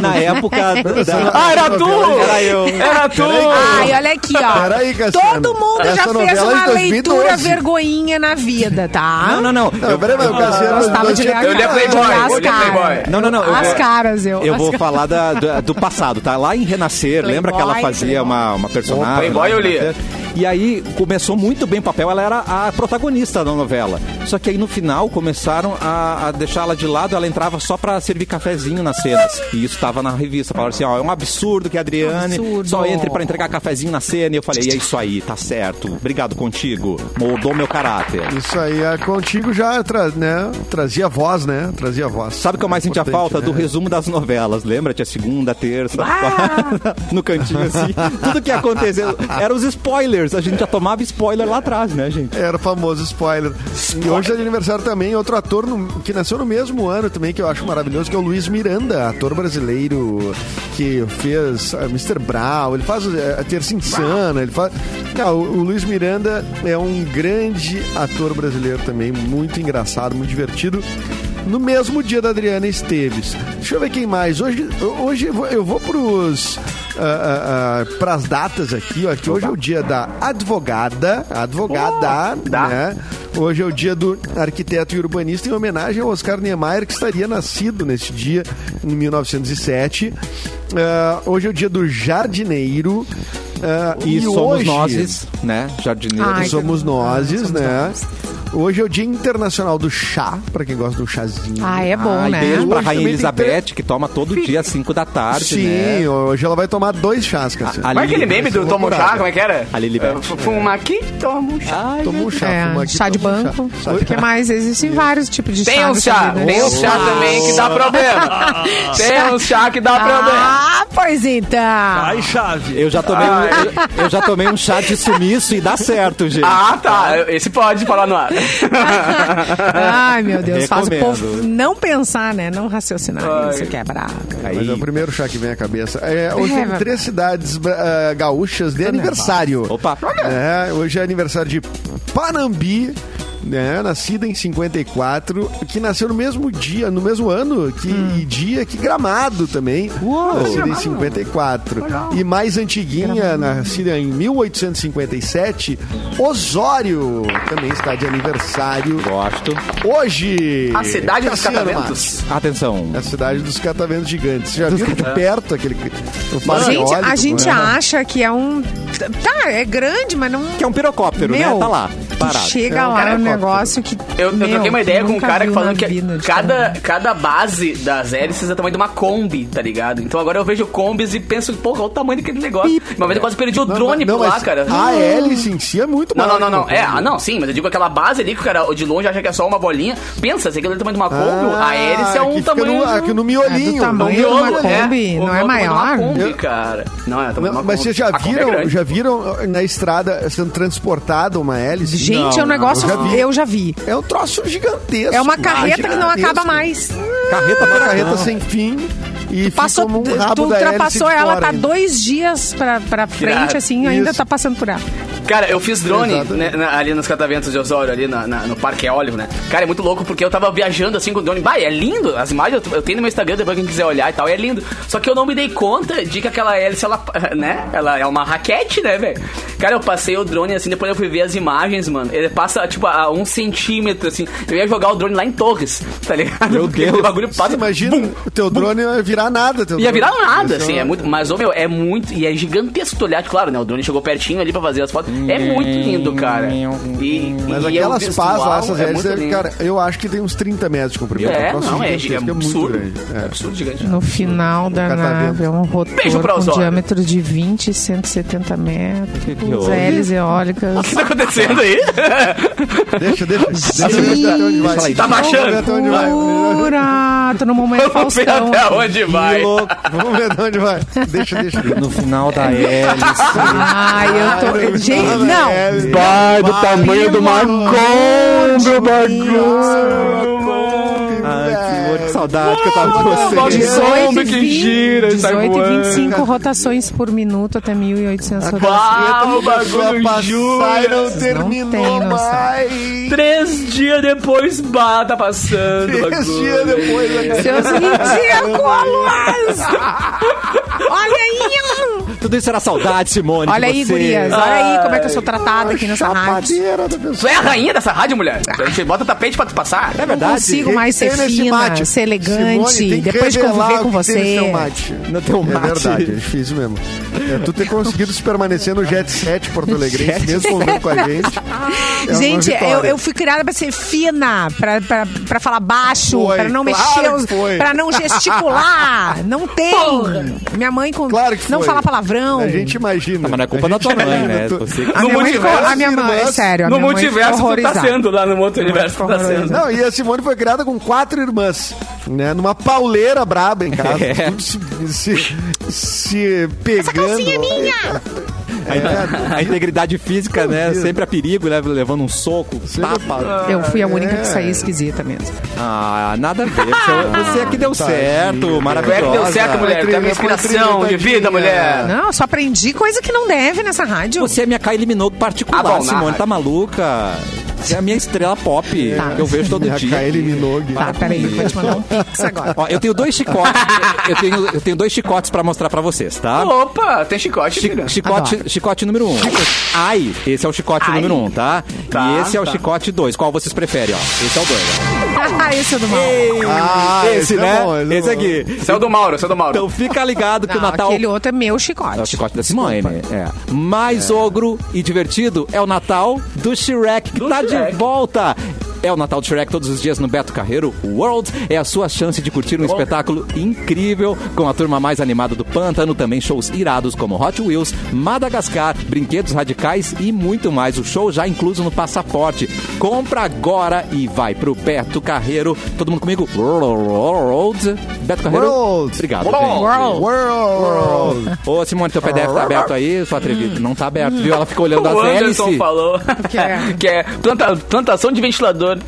[SPEAKER 1] na *laughs* época. Da...
[SPEAKER 2] Ah, era tu!
[SPEAKER 1] Era eu!
[SPEAKER 3] Era tu!
[SPEAKER 4] Ai, olha aqui, ó.
[SPEAKER 2] Peraí, Cassiano.
[SPEAKER 4] Todo mundo
[SPEAKER 2] Essa
[SPEAKER 4] já fez
[SPEAKER 2] novela é de
[SPEAKER 4] uma
[SPEAKER 2] 2012.
[SPEAKER 4] leitura vergonhinha na vida, tá?
[SPEAKER 1] Não, não, não.
[SPEAKER 2] Não, peraí, mas o Cassiano.
[SPEAKER 4] gostava de ler a
[SPEAKER 3] Eu li a
[SPEAKER 4] cara.
[SPEAKER 3] Playboy,
[SPEAKER 4] As
[SPEAKER 3] eu li a
[SPEAKER 4] caras.
[SPEAKER 3] Playboy.
[SPEAKER 1] Não, não, não, eu
[SPEAKER 4] As
[SPEAKER 1] vou-
[SPEAKER 4] caras, eu.
[SPEAKER 1] Eu
[SPEAKER 4] as
[SPEAKER 1] vou
[SPEAKER 4] caras.
[SPEAKER 1] falar da, da- do passado, tá? Lá em Renascer,
[SPEAKER 4] Playboy, né?
[SPEAKER 1] lembra que ela fazia
[SPEAKER 4] Playboy.
[SPEAKER 1] uma, uma personagem?
[SPEAKER 3] Playboy
[SPEAKER 1] lá em
[SPEAKER 3] eu li.
[SPEAKER 1] Renascer? E aí começou muito bem o papel, ela era a protagonista da novela. Só que aí no final começaram a, a deixá-la de lado, ela entrava só pra servir cafezinho nas cenas. E isso tava na revista. Falaram assim: ó, é um absurdo que a Adriane
[SPEAKER 4] Um Absurdo.
[SPEAKER 1] só entre pra entregar cafezinho na cena. E eu falei: e é isso aí, tá certo. Obrigado contigo. Moldou meu caráter.
[SPEAKER 2] Isso aí, a contigo já tra- né, trazia voz, né? Trazia voz.
[SPEAKER 1] Sabe o que eu mais senti a
[SPEAKER 2] Importante,
[SPEAKER 1] falta? Do
[SPEAKER 2] né?
[SPEAKER 1] resumo das novelas. Lembra? Tinha segunda, terça,
[SPEAKER 4] Ah!
[SPEAKER 1] quarta, *laughs* no cantinho assim. Tudo que aconteceu. Eram os spoilers. A gente já tomava spoiler lá atrás, né, gente?
[SPEAKER 2] Era o famoso spoiler. E hoje é de aniversário também outro ator no- que nasceu no mesmo ano também, que eu acho maravilhoso, que é o Luiz Miranda, ator brasileiro que fez ah, Mr. Brown, ele faz eh, a Terça Insana, ele faz... Ah, o, o Luiz Miranda é um grande ator brasileiro também, muito engraçado, muito divertido. No mesmo dia da Adriana Esteves. Deixa eu ver quem mais. Hoje, hoje eu vou- eu vou pros... ah, para as datas aqui, ó, que hoje é o dia da advogada, advogada,
[SPEAKER 3] dá.
[SPEAKER 2] né? Hoje é o dia do arquiteto e urbanista em homenagem ao Oscar Niemeyer, que estaria nascido neste dia, em 1907. Ah, hoje é o dia do jardineiro. ah,
[SPEAKER 1] E, somos
[SPEAKER 2] hoje-
[SPEAKER 1] nós, né? Jardineiros.
[SPEAKER 4] Ai,
[SPEAKER 2] somos
[SPEAKER 4] que horror.
[SPEAKER 2] nós,
[SPEAKER 4] Somos
[SPEAKER 2] né?
[SPEAKER 4] nós.
[SPEAKER 2] Hoje é o dia internacional do chá, pra quem gosta do chazinho.
[SPEAKER 4] Ah, é bom,
[SPEAKER 1] Ai,
[SPEAKER 4] né?
[SPEAKER 1] beijo pra
[SPEAKER 2] Hoje também
[SPEAKER 1] Rainha
[SPEAKER 2] tem
[SPEAKER 1] Elizabeth, que toma todo dia às 5 da tarde,
[SPEAKER 2] Sim,
[SPEAKER 1] né?
[SPEAKER 2] hoje ela vai tomar dois chás, Cassiano.
[SPEAKER 3] Mas é aquele
[SPEAKER 1] Lili-
[SPEAKER 3] meme do Tomo Chá, como é que era?
[SPEAKER 1] A Lili Beth.
[SPEAKER 3] É, fu- Fuma aqui, toma um chá.
[SPEAKER 1] Ai,
[SPEAKER 2] Toma um chá, toma
[SPEAKER 4] É,
[SPEAKER 2] aqui,
[SPEAKER 4] chá de
[SPEAKER 2] toma um chá.
[SPEAKER 4] banco.
[SPEAKER 2] Chá de
[SPEAKER 4] Porque mais existem vários tipos de chá.
[SPEAKER 3] Tem um
[SPEAKER 4] nessa
[SPEAKER 2] né?
[SPEAKER 3] chá,
[SPEAKER 4] vida.
[SPEAKER 3] tem um chá também que dá problema. Tem um chá que dá problema.
[SPEAKER 4] Ah, pois então.
[SPEAKER 6] Ai, chave.
[SPEAKER 1] eu já, tomei um, eu, eu já tomei um chá de sumiço e dá certo, gente.
[SPEAKER 3] Ah, tá. Esse pode falar no ar.
[SPEAKER 4] Ai, meu Deus, faz o
[SPEAKER 1] Recomendo.
[SPEAKER 4] povo não pensar, né? Não raciocinar.
[SPEAKER 3] Ai.
[SPEAKER 4] Isso que é brabo.
[SPEAKER 1] Aí,
[SPEAKER 2] Mas é o primeiro chá que vem à cabeça. É, hoje tem
[SPEAKER 4] verdade.
[SPEAKER 2] três cidades ah, gaúchas de aniversário.
[SPEAKER 1] Opa.
[SPEAKER 2] É, hoje é aniversário de Panambi, né, nascida em 54, que nasceu no mesmo dia, no mesmo ano que
[SPEAKER 4] Hum.
[SPEAKER 2] e dia que Gramado também, nascida em 54. E mais antiguinha, nascida em 1857, Osório também está de aniversário
[SPEAKER 1] Gosto.
[SPEAKER 2] hoje.
[SPEAKER 3] A cidade dos
[SPEAKER 2] Cassiano
[SPEAKER 3] catamentos.
[SPEAKER 1] Atenção.
[SPEAKER 2] é a cidade dos cataventos gigantes. Você já viu de perto aquele. O parque
[SPEAKER 4] Gente, a
[SPEAKER 2] eólico,
[SPEAKER 4] gente
[SPEAKER 2] né?
[SPEAKER 4] acha que é um. Tá, é grande, mas não.
[SPEAKER 1] Que é um pirocóptero,
[SPEAKER 4] Meu,
[SPEAKER 1] né? Tá lá,
[SPEAKER 4] tu
[SPEAKER 1] parado.
[SPEAKER 4] Chega
[SPEAKER 2] É um
[SPEAKER 4] lá
[SPEAKER 2] cara
[SPEAKER 4] um
[SPEAKER 2] helicóptero.
[SPEAKER 4] negócio que.
[SPEAKER 3] Eu, eu
[SPEAKER 4] meu,
[SPEAKER 3] troquei uma ideia
[SPEAKER 4] tu
[SPEAKER 3] com um
[SPEAKER 4] nunca
[SPEAKER 3] cara
[SPEAKER 4] viu
[SPEAKER 3] que falando
[SPEAKER 4] na
[SPEAKER 3] que
[SPEAKER 4] vida, de
[SPEAKER 3] cada,
[SPEAKER 4] cara.
[SPEAKER 3] cada base das hélices é o tamanho de uma Kombi, tá ligado? Então agora eu vejo Kombis e penso, pô, qual o tamanho daquele negócio? Uma vez eu quase perdi o Um drone
[SPEAKER 2] não,
[SPEAKER 3] por lá,
[SPEAKER 2] mas
[SPEAKER 3] cara.
[SPEAKER 2] A hélice em si é muito
[SPEAKER 3] Não, não,
[SPEAKER 2] maior
[SPEAKER 3] não, não.
[SPEAKER 2] que uma
[SPEAKER 3] É,
[SPEAKER 2] Kombi.
[SPEAKER 3] ah, não, sim, mas eu digo aquela base ali que o cara de longe acha que é só uma bolinha. Pensa, se aquilo é do tamanho de uma Kombi,
[SPEAKER 2] Ah,
[SPEAKER 3] a hélice é
[SPEAKER 2] que
[SPEAKER 3] um
[SPEAKER 2] fica
[SPEAKER 3] tamanho.
[SPEAKER 2] No, aqui no
[SPEAKER 4] É do
[SPEAKER 2] miolinho.
[SPEAKER 4] tamanho
[SPEAKER 2] no
[SPEAKER 4] de uma
[SPEAKER 2] miolo, né?
[SPEAKER 4] Kombi, não é
[SPEAKER 3] o tamanho de uma
[SPEAKER 4] maior?
[SPEAKER 3] Kombi, cara. Não, é o tamanho de
[SPEAKER 2] Não,
[SPEAKER 3] uma
[SPEAKER 2] mas
[SPEAKER 3] Kombi.
[SPEAKER 2] vocês já
[SPEAKER 3] A Kombi é
[SPEAKER 2] viram,
[SPEAKER 3] grande.
[SPEAKER 2] já viram eh, na estrada sendo transportada uma hélice?
[SPEAKER 4] Gente, é um negócio.
[SPEAKER 2] eu já vi. Ah,
[SPEAKER 4] eu já vi.
[SPEAKER 2] É um troço gigantesco.
[SPEAKER 4] É uma carreta que não acaba
[SPEAKER 2] Gigantesco.
[SPEAKER 4] mais.
[SPEAKER 1] Carreta
[SPEAKER 2] Uma
[SPEAKER 3] Ah.
[SPEAKER 2] carreta
[SPEAKER 1] carreta
[SPEAKER 2] sem fim e
[SPEAKER 4] Passou,
[SPEAKER 2] fica como um rabo
[SPEAKER 4] tu
[SPEAKER 2] da hélice
[SPEAKER 4] ultrapassou
[SPEAKER 2] de
[SPEAKER 4] ela,
[SPEAKER 2] fora
[SPEAKER 4] tá
[SPEAKER 2] ainda.
[SPEAKER 4] dois dias pra, pra frente,
[SPEAKER 3] Irado.
[SPEAKER 4] assim, ainda
[SPEAKER 2] Isso.
[SPEAKER 4] tá passando por ela.
[SPEAKER 3] Cara, eu fiz drone
[SPEAKER 2] Exato.
[SPEAKER 3] né, na- ali nos cataventos de Osório, ali na- na- no Parque Eólico, né? Cara, é muito louco porque eu tava viajando assim com o drone. Bah, é lindo. As imagens eu, eu tenho no meu Instagram, depois quem quiser olhar e tal, é lindo. Só que eu não me dei conta de que aquela hélice, ela, *laughs* né? Ela é uma raquete, né, velho? Cara, eu passei o drone assim, depois eu fui ver as imagens, mano. Ele passa, tipo, a um centímetro, assim. Eu ia jogar o drone lá em Torres, tá ligado?
[SPEAKER 1] Meu
[SPEAKER 3] Porque
[SPEAKER 1] Deus.
[SPEAKER 3] O bagulho passa.
[SPEAKER 2] Você Ah, imagina, o teu drone ia virar nada. teu
[SPEAKER 3] Ia
[SPEAKER 2] drone.
[SPEAKER 3] virar nada,
[SPEAKER 2] Ia ser
[SPEAKER 3] assim,
[SPEAKER 2] uma-
[SPEAKER 3] é muito. Mas, ô meu, é muito. E é gigantesco tu olhar, claro, né? O drone chegou pertinho ali pra fazer as fotos. É muito lindo, cara. E,
[SPEAKER 2] Mas
[SPEAKER 3] e
[SPEAKER 2] aquelas
[SPEAKER 3] é um
[SPEAKER 2] pás lá,
[SPEAKER 3] visual,
[SPEAKER 2] essas
[SPEAKER 3] é
[SPEAKER 2] hélices,
[SPEAKER 3] muito lindo.
[SPEAKER 2] cara, eu acho que tem uns 30 metros de comprimento.
[SPEAKER 3] é,
[SPEAKER 2] um troço
[SPEAKER 3] não, é, gi- é
[SPEAKER 2] gigantesco, muito
[SPEAKER 3] absurdo.
[SPEAKER 2] grande.
[SPEAKER 3] É.
[SPEAKER 2] É.
[SPEAKER 3] absurdo, gigante. *laughs*
[SPEAKER 4] No final da
[SPEAKER 2] catavento.
[SPEAKER 4] nave, é um rotor
[SPEAKER 3] Beijo pra
[SPEAKER 4] com
[SPEAKER 3] Osório.
[SPEAKER 4] diâmetro de 20 e 170 metros,
[SPEAKER 1] que
[SPEAKER 4] com
[SPEAKER 1] houve?
[SPEAKER 4] hélices
[SPEAKER 3] O
[SPEAKER 4] eólicas.
[SPEAKER 3] que tá acontecendo aí?
[SPEAKER 2] Deixa, deixa. Deixa eu ver até onde vai.
[SPEAKER 1] Gente,
[SPEAKER 3] tá
[SPEAKER 2] Deixa eu ver
[SPEAKER 3] baixando.
[SPEAKER 2] até onde vai.
[SPEAKER 4] Loucura! Ah, tô no momento
[SPEAKER 3] Vamos ver
[SPEAKER 4] Faustão.
[SPEAKER 3] até onde vai.
[SPEAKER 2] Que louco. Vamos ver de onde vai. Deixa, deixa.
[SPEAKER 1] No final
[SPEAKER 2] É
[SPEAKER 1] da hélice.
[SPEAKER 4] Ai, eu tô. Gente, não.
[SPEAKER 2] É,
[SPEAKER 6] Pai, do tamanho do macumba,
[SPEAKER 1] Ai, que louco, que saudade que eu
[SPEAKER 2] Ah,
[SPEAKER 1] tava de
[SPEAKER 2] mano,
[SPEAKER 1] você.
[SPEAKER 2] Valdir.
[SPEAKER 6] Some que
[SPEAKER 4] 20,
[SPEAKER 6] gira e sai
[SPEAKER 4] 18 e
[SPEAKER 6] voando.
[SPEAKER 4] 25 rotações por minuto até 1.800 rotações.
[SPEAKER 3] Ah, o
[SPEAKER 2] Começou a
[SPEAKER 3] bagulho
[SPEAKER 2] passar e
[SPEAKER 3] jura.
[SPEAKER 2] não
[SPEAKER 4] Vocês não
[SPEAKER 2] terminou
[SPEAKER 4] têm noção.
[SPEAKER 2] mais.
[SPEAKER 3] Três dias depois, bah, tá passando. o
[SPEAKER 2] Três
[SPEAKER 3] bagulho.
[SPEAKER 2] dias depois. né?
[SPEAKER 4] Seus ridículos! Olha aí!
[SPEAKER 1] Tudo isso era saudade, Simone.
[SPEAKER 4] Olha
[SPEAKER 1] de
[SPEAKER 4] aí,
[SPEAKER 1] você. Ah,
[SPEAKER 4] gurias. Olha aí como é que eu sou
[SPEAKER 3] Ah,
[SPEAKER 4] tratada aqui nessa rádio.
[SPEAKER 2] Chapadeira da pessoa.
[SPEAKER 3] Tu é a rainha dessa rádio, mulher. A gente bota tapete pra tu passar.
[SPEAKER 1] É
[SPEAKER 4] Não
[SPEAKER 1] verdade.
[SPEAKER 4] consigo mais ser
[SPEAKER 2] Tem nesse
[SPEAKER 4] fina,
[SPEAKER 2] mate.
[SPEAKER 4] ser
[SPEAKER 2] Simone,
[SPEAKER 4] elegante,
[SPEAKER 2] tem que
[SPEAKER 4] depois de
[SPEAKER 2] revelar
[SPEAKER 4] conviver
[SPEAKER 2] o
[SPEAKER 4] com
[SPEAKER 2] que tem no
[SPEAKER 4] você.
[SPEAKER 2] seu mate.
[SPEAKER 1] No teu
[SPEAKER 2] É
[SPEAKER 1] mate.
[SPEAKER 2] verdade, é difícil mesmo. É, tu ter conseguido se permanecer no Jet 7 Porto Alegre, mesmo convivendo com a gente. é uma
[SPEAKER 4] Gente, eu,
[SPEAKER 2] vitória.
[SPEAKER 4] eu fui criada pra ser fina, pra, pra, pra falar baixo,
[SPEAKER 2] Foi,
[SPEAKER 4] pra não
[SPEAKER 2] claro
[SPEAKER 4] mexer,
[SPEAKER 2] que
[SPEAKER 4] os-
[SPEAKER 2] foi.
[SPEAKER 4] pra não gesticular. Não tem. Minha mãe com
[SPEAKER 2] Claro que
[SPEAKER 4] não
[SPEAKER 2] foi.
[SPEAKER 4] falar palavrão.
[SPEAKER 2] A gente imagina.
[SPEAKER 1] Mas não é culpa
[SPEAKER 2] A
[SPEAKER 1] da
[SPEAKER 2] gente
[SPEAKER 1] tua mãe,
[SPEAKER 2] imagina
[SPEAKER 1] né?
[SPEAKER 2] tu-
[SPEAKER 1] Você que-
[SPEAKER 4] A
[SPEAKER 3] No
[SPEAKER 4] minha mãe ficou-
[SPEAKER 3] multiverso,
[SPEAKER 4] a minha mãe,
[SPEAKER 2] irmãs,
[SPEAKER 4] sério. a
[SPEAKER 3] No
[SPEAKER 4] minha mãe ficou
[SPEAKER 3] multiverso tu tá
[SPEAKER 4] horrorizada.
[SPEAKER 3] sendo, lá no outro universo tu tá
[SPEAKER 4] horrorizada.
[SPEAKER 3] sendo.
[SPEAKER 2] Não, e a Simone foi criada com quatro irmãs, né? Numa pauleira braba em casa.
[SPEAKER 1] É.
[SPEAKER 2] Tudo se, se, se pegando. Essa calcinha é minha!
[SPEAKER 1] A integridade física, né? Sempre a perigo, né? Levando um soco, tapa.
[SPEAKER 4] Eu fui a única
[SPEAKER 2] É.
[SPEAKER 4] que saí esquisita mesmo.
[SPEAKER 1] Ah, nada a ver. Você- Você aqui deu
[SPEAKER 2] Tadinha.
[SPEAKER 1] certo, Tá
[SPEAKER 3] Como é que
[SPEAKER 1] maravilhosa.
[SPEAKER 3] deu certo, mulher? Tu é minha
[SPEAKER 2] Foi trilha, foi
[SPEAKER 3] inspiração
[SPEAKER 2] trilha,
[SPEAKER 3] de vida,
[SPEAKER 2] tadinha.
[SPEAKER 3] mulher.
[SPEAKER 4] Não, eu só aprendi coisa que não deve nessa rádio. Tá,
[SPEAKER 1] Você é minha Kylie Minogue particular,
[SPEAKER 3] Ah, bom, na
[SPEAKER 1] Simone.
[SPEAKER 3] rádio.
[SPEAKER 1] Tá maluca? Você é a minha estrela pop, que eu vejo todo
[SPEAKER 2] Minha
[SPEAKER 1] dia.
[SPEAKER 2] Kylie Minogue.
[SPEAKER 1] Para
[SPEAKER 4] Tá,
[SPEAKER 1] com
[SPEAKER 4] peraí,
[SPEAKER 1] isso.
[SPEAKER 4] vou te mandar um pix
[SPEAKER 3] *laughs*
[SPEAKER 4] agora.
[SPEAKER 1] Ó, eu tenho dois chicotes. eu, tenho, eu tenho dois chicotes pra mostrar pra vocês, tá?
[SPEAKER 3] Opa, tem chicote,
[SPEAKER 1] Chi-
[SPEAKER 3] filha.
[SPEAKER 1] chicote, chicote número Um. Ai, esse é o chicote número um, tá?
[SPEAKER 3] Tá,
[SPEAKER 1] E esse é o
[SPEAKER 3] tá.
[SPEAKER 1] chicote dois. Qual vocês preferem, ó? Esse é o dois. ó.
[SPEAKER 4] Ah, esse é do mal.
[SPEAKER 2] Ah,
[SPEAKER 1] esse,
[SPEAKER 2] esse é
[SPEAKER 1] né?
[SPEAKER 2] bom, esse é
[SPEAKER 1] esse
[SPEAKER 2] bom.
[SPEAKER 1] aqui.
[SPEAKER 3] Esse é o do Mauro, esse é o do Mauro.
[SPEAKER 1] Então fica ligado que
[SPEAKER 4] Não,
[SPEAKER 1] o Natal.
[SPEAKER 4] aquele outro é meu
[SPEAKER 1] É o
[SPEAKER 4] chicote.
[SPEAKER 1] chicote da Simone.
[SPEAKER 3] né?
[SPEAKER 1] É. Mais ogro e divertido é o Natal do Shrek, que tá de
[SPEAKER 3] Shrek.
[SPEAKER 1] volta. É o Natal do Shrek todos os dias no Beto Carreiro World. É a sua chance de curtir um espetáculo incrível com a turma mais animada do Pântano. Também shows irados como Hot Wheels, Madagascar, Brinquedos Radicais e muito mais. O show já incluso no passaporte. Compra agora e vai pro Beto Carreiro. Todo mundo comigo? World. Beto Carreiro.
[SPEAKER 2] World.
[SPEAKER 1] Obrigado.
[SPEAKER 3] World.
[SPEAKER 1] gente.
[SPEAKER 2] World!
[SPEAKER 1] Ô, Simone, teu PDF tá aberto aí, sua atrevida. Não tá aberto, viu? Ela ficou olhando as
[SPEAKER 3] O Anderson
[SPEAKER 1] hélices.
[SPEAKER 3] falou
[SPEAKER 4] Que é?
[SPEAKER 3] *laughs* que é planta- plantação de ventilador.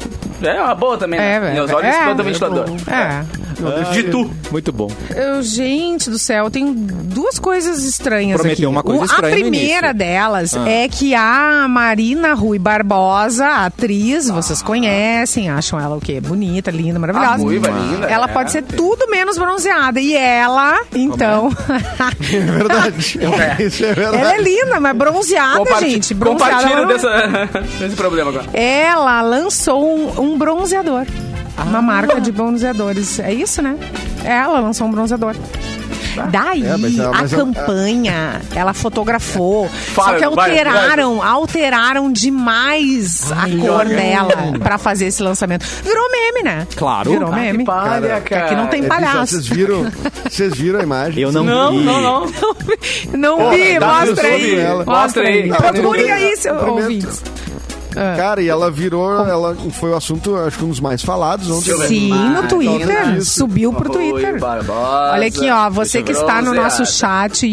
[SPEAKER 3] É uma boa também, né?
[SPEAKER 4] É, velho.
[SPEAKER 3] Meus olhos
[SPEAKER 4] É,
[SPEAKER 3] plantam ventilador.
[SPEAKER 4] É.
[SPEAKER 3] De tu.
[SPEAKER 1] Ah, Muito bom.
[SPEAKER 4] Eu, gente do céu, tem duas coisas estranhas
[SPEAKER 1] Prometeu
[SPEAKER 4] aqui.
[SPEAKER 1] uma coisa
[SPEAKER 4] O-
[SPEAKER 1] estranha
[SPEAKER 4] A
[SPEAKER 1] no início.
[SPEAKER 4] primeira
[SPEAKER 1] Ah.
[SPEAKER 4] delas é que a Marina Rui Barbosa, a atriz,
[SPEAKER 1] Ah.
[SPEAKER 4] vocês conhecem, acham ela o quê? Bonita, linda, maravilhosa.
[SPEAKER 3] A ruiva, linda,
[SPEAKER 4] Ela
[SPEAKER 1] né?
[SPEAKER 3] é.
[SPEAKER 4] pode ser tudo menos bronzeada. E ela, então...
[SPEAKER 2] É verdade. *laughs* Isso é verdade.
[SPEAKER 4] *laughs* ela é linda, mas bronzeada,
[SPEAKER 3] Comparti-
[SPEAKER 4] gente. Bronzeada, ela
[SPEAKER 3] Compartilho
[SPEAKER 4] não é.
[SPEAKER 3] dessa- *laughs* desse problema agora.
[SPEAKER 4] Ela lançou um, um bronzeador.
[SPEAKER 3] Ah.
[SPEAKER 4] Uma marca de bronzeadores. É isso, né? Ela lançou um bronzeador.
[SPEAKER 3] Ah.
[SPEAKER 4] Daí,
[SPEAKER 2] É, mas ela- mas
[SPEAKER 4] a
[SPEAKER 2] ela-
[SPEAKER 4] campanha, ela fotografou. só
[SPEAKER 3] *laughs* Fala,
[SPEAKER 4] que
[SPEAKER 3] vai,
[SPEAKER 4] alteraram, alteraram demais a cor dela pra fazer esse lançamento. Virou meme, né?
[SPEAKER 1] Claro.
[SPEAKER 4] Virou
[SPEAKER 1] Ah, que
[SPEAKER 4] meme.
[SPEAKER 3] Palha,
[SPEAKER 4] Que aqui não tem
[SPEAKER 2] É bizarro,
[SPEAKER 4] palhaço.
[SPEAKER 2] Vocês viram, vocês viram a imagem?
[SPEAKER 1] Eu não,
[SPEAKER 3] Não,
[SPEAKER 1] vi.
[SPEAKER 3] não, não.
[SPEAKER 4] *laughs* Não
[SPEAKER 2] Porra,
[SPEAKER 4] vi,
[SPEAKER 2] dá
[SPEAKER 4] mostra
[SPEAKER 2] pra
[SPEAKER 4] aí.
[SPEAKER 2] resolver ela.
[SPEAKER 4] Mostra aí.
[SPEAKER 3] Não,
[SPEAKER 4] Procure
[SPEAKER 2] primeiro-
[SPEAKER 4] aí, seu
[SPEAKER 2] primeiro-
[SPEAKER 4] ouvinte.
[SPEAKER 2] Cara, e ela virou, ela foi o assunto, acho que um dos mais falados ontem. é né?
[SPEAKER 4] Sim,
[SPEAKER 3] Ah,
[SPEAKER 4] no Twitter.
[SPEAKER 2] isso.
[SPEAKER 4] Subiu pro
[SPEAKER 3] Rui
[SPEAKER 4] Twitter.
[SPEAKER 3] Barbosa,
[SPEAKER 4] Olha aqui, ó. Você
[SPEAKER 3] bicho
[SPEAKER 4] que está no nosso
[SPEAKER 3] bronzeado.
[SPEAKER 4] chat,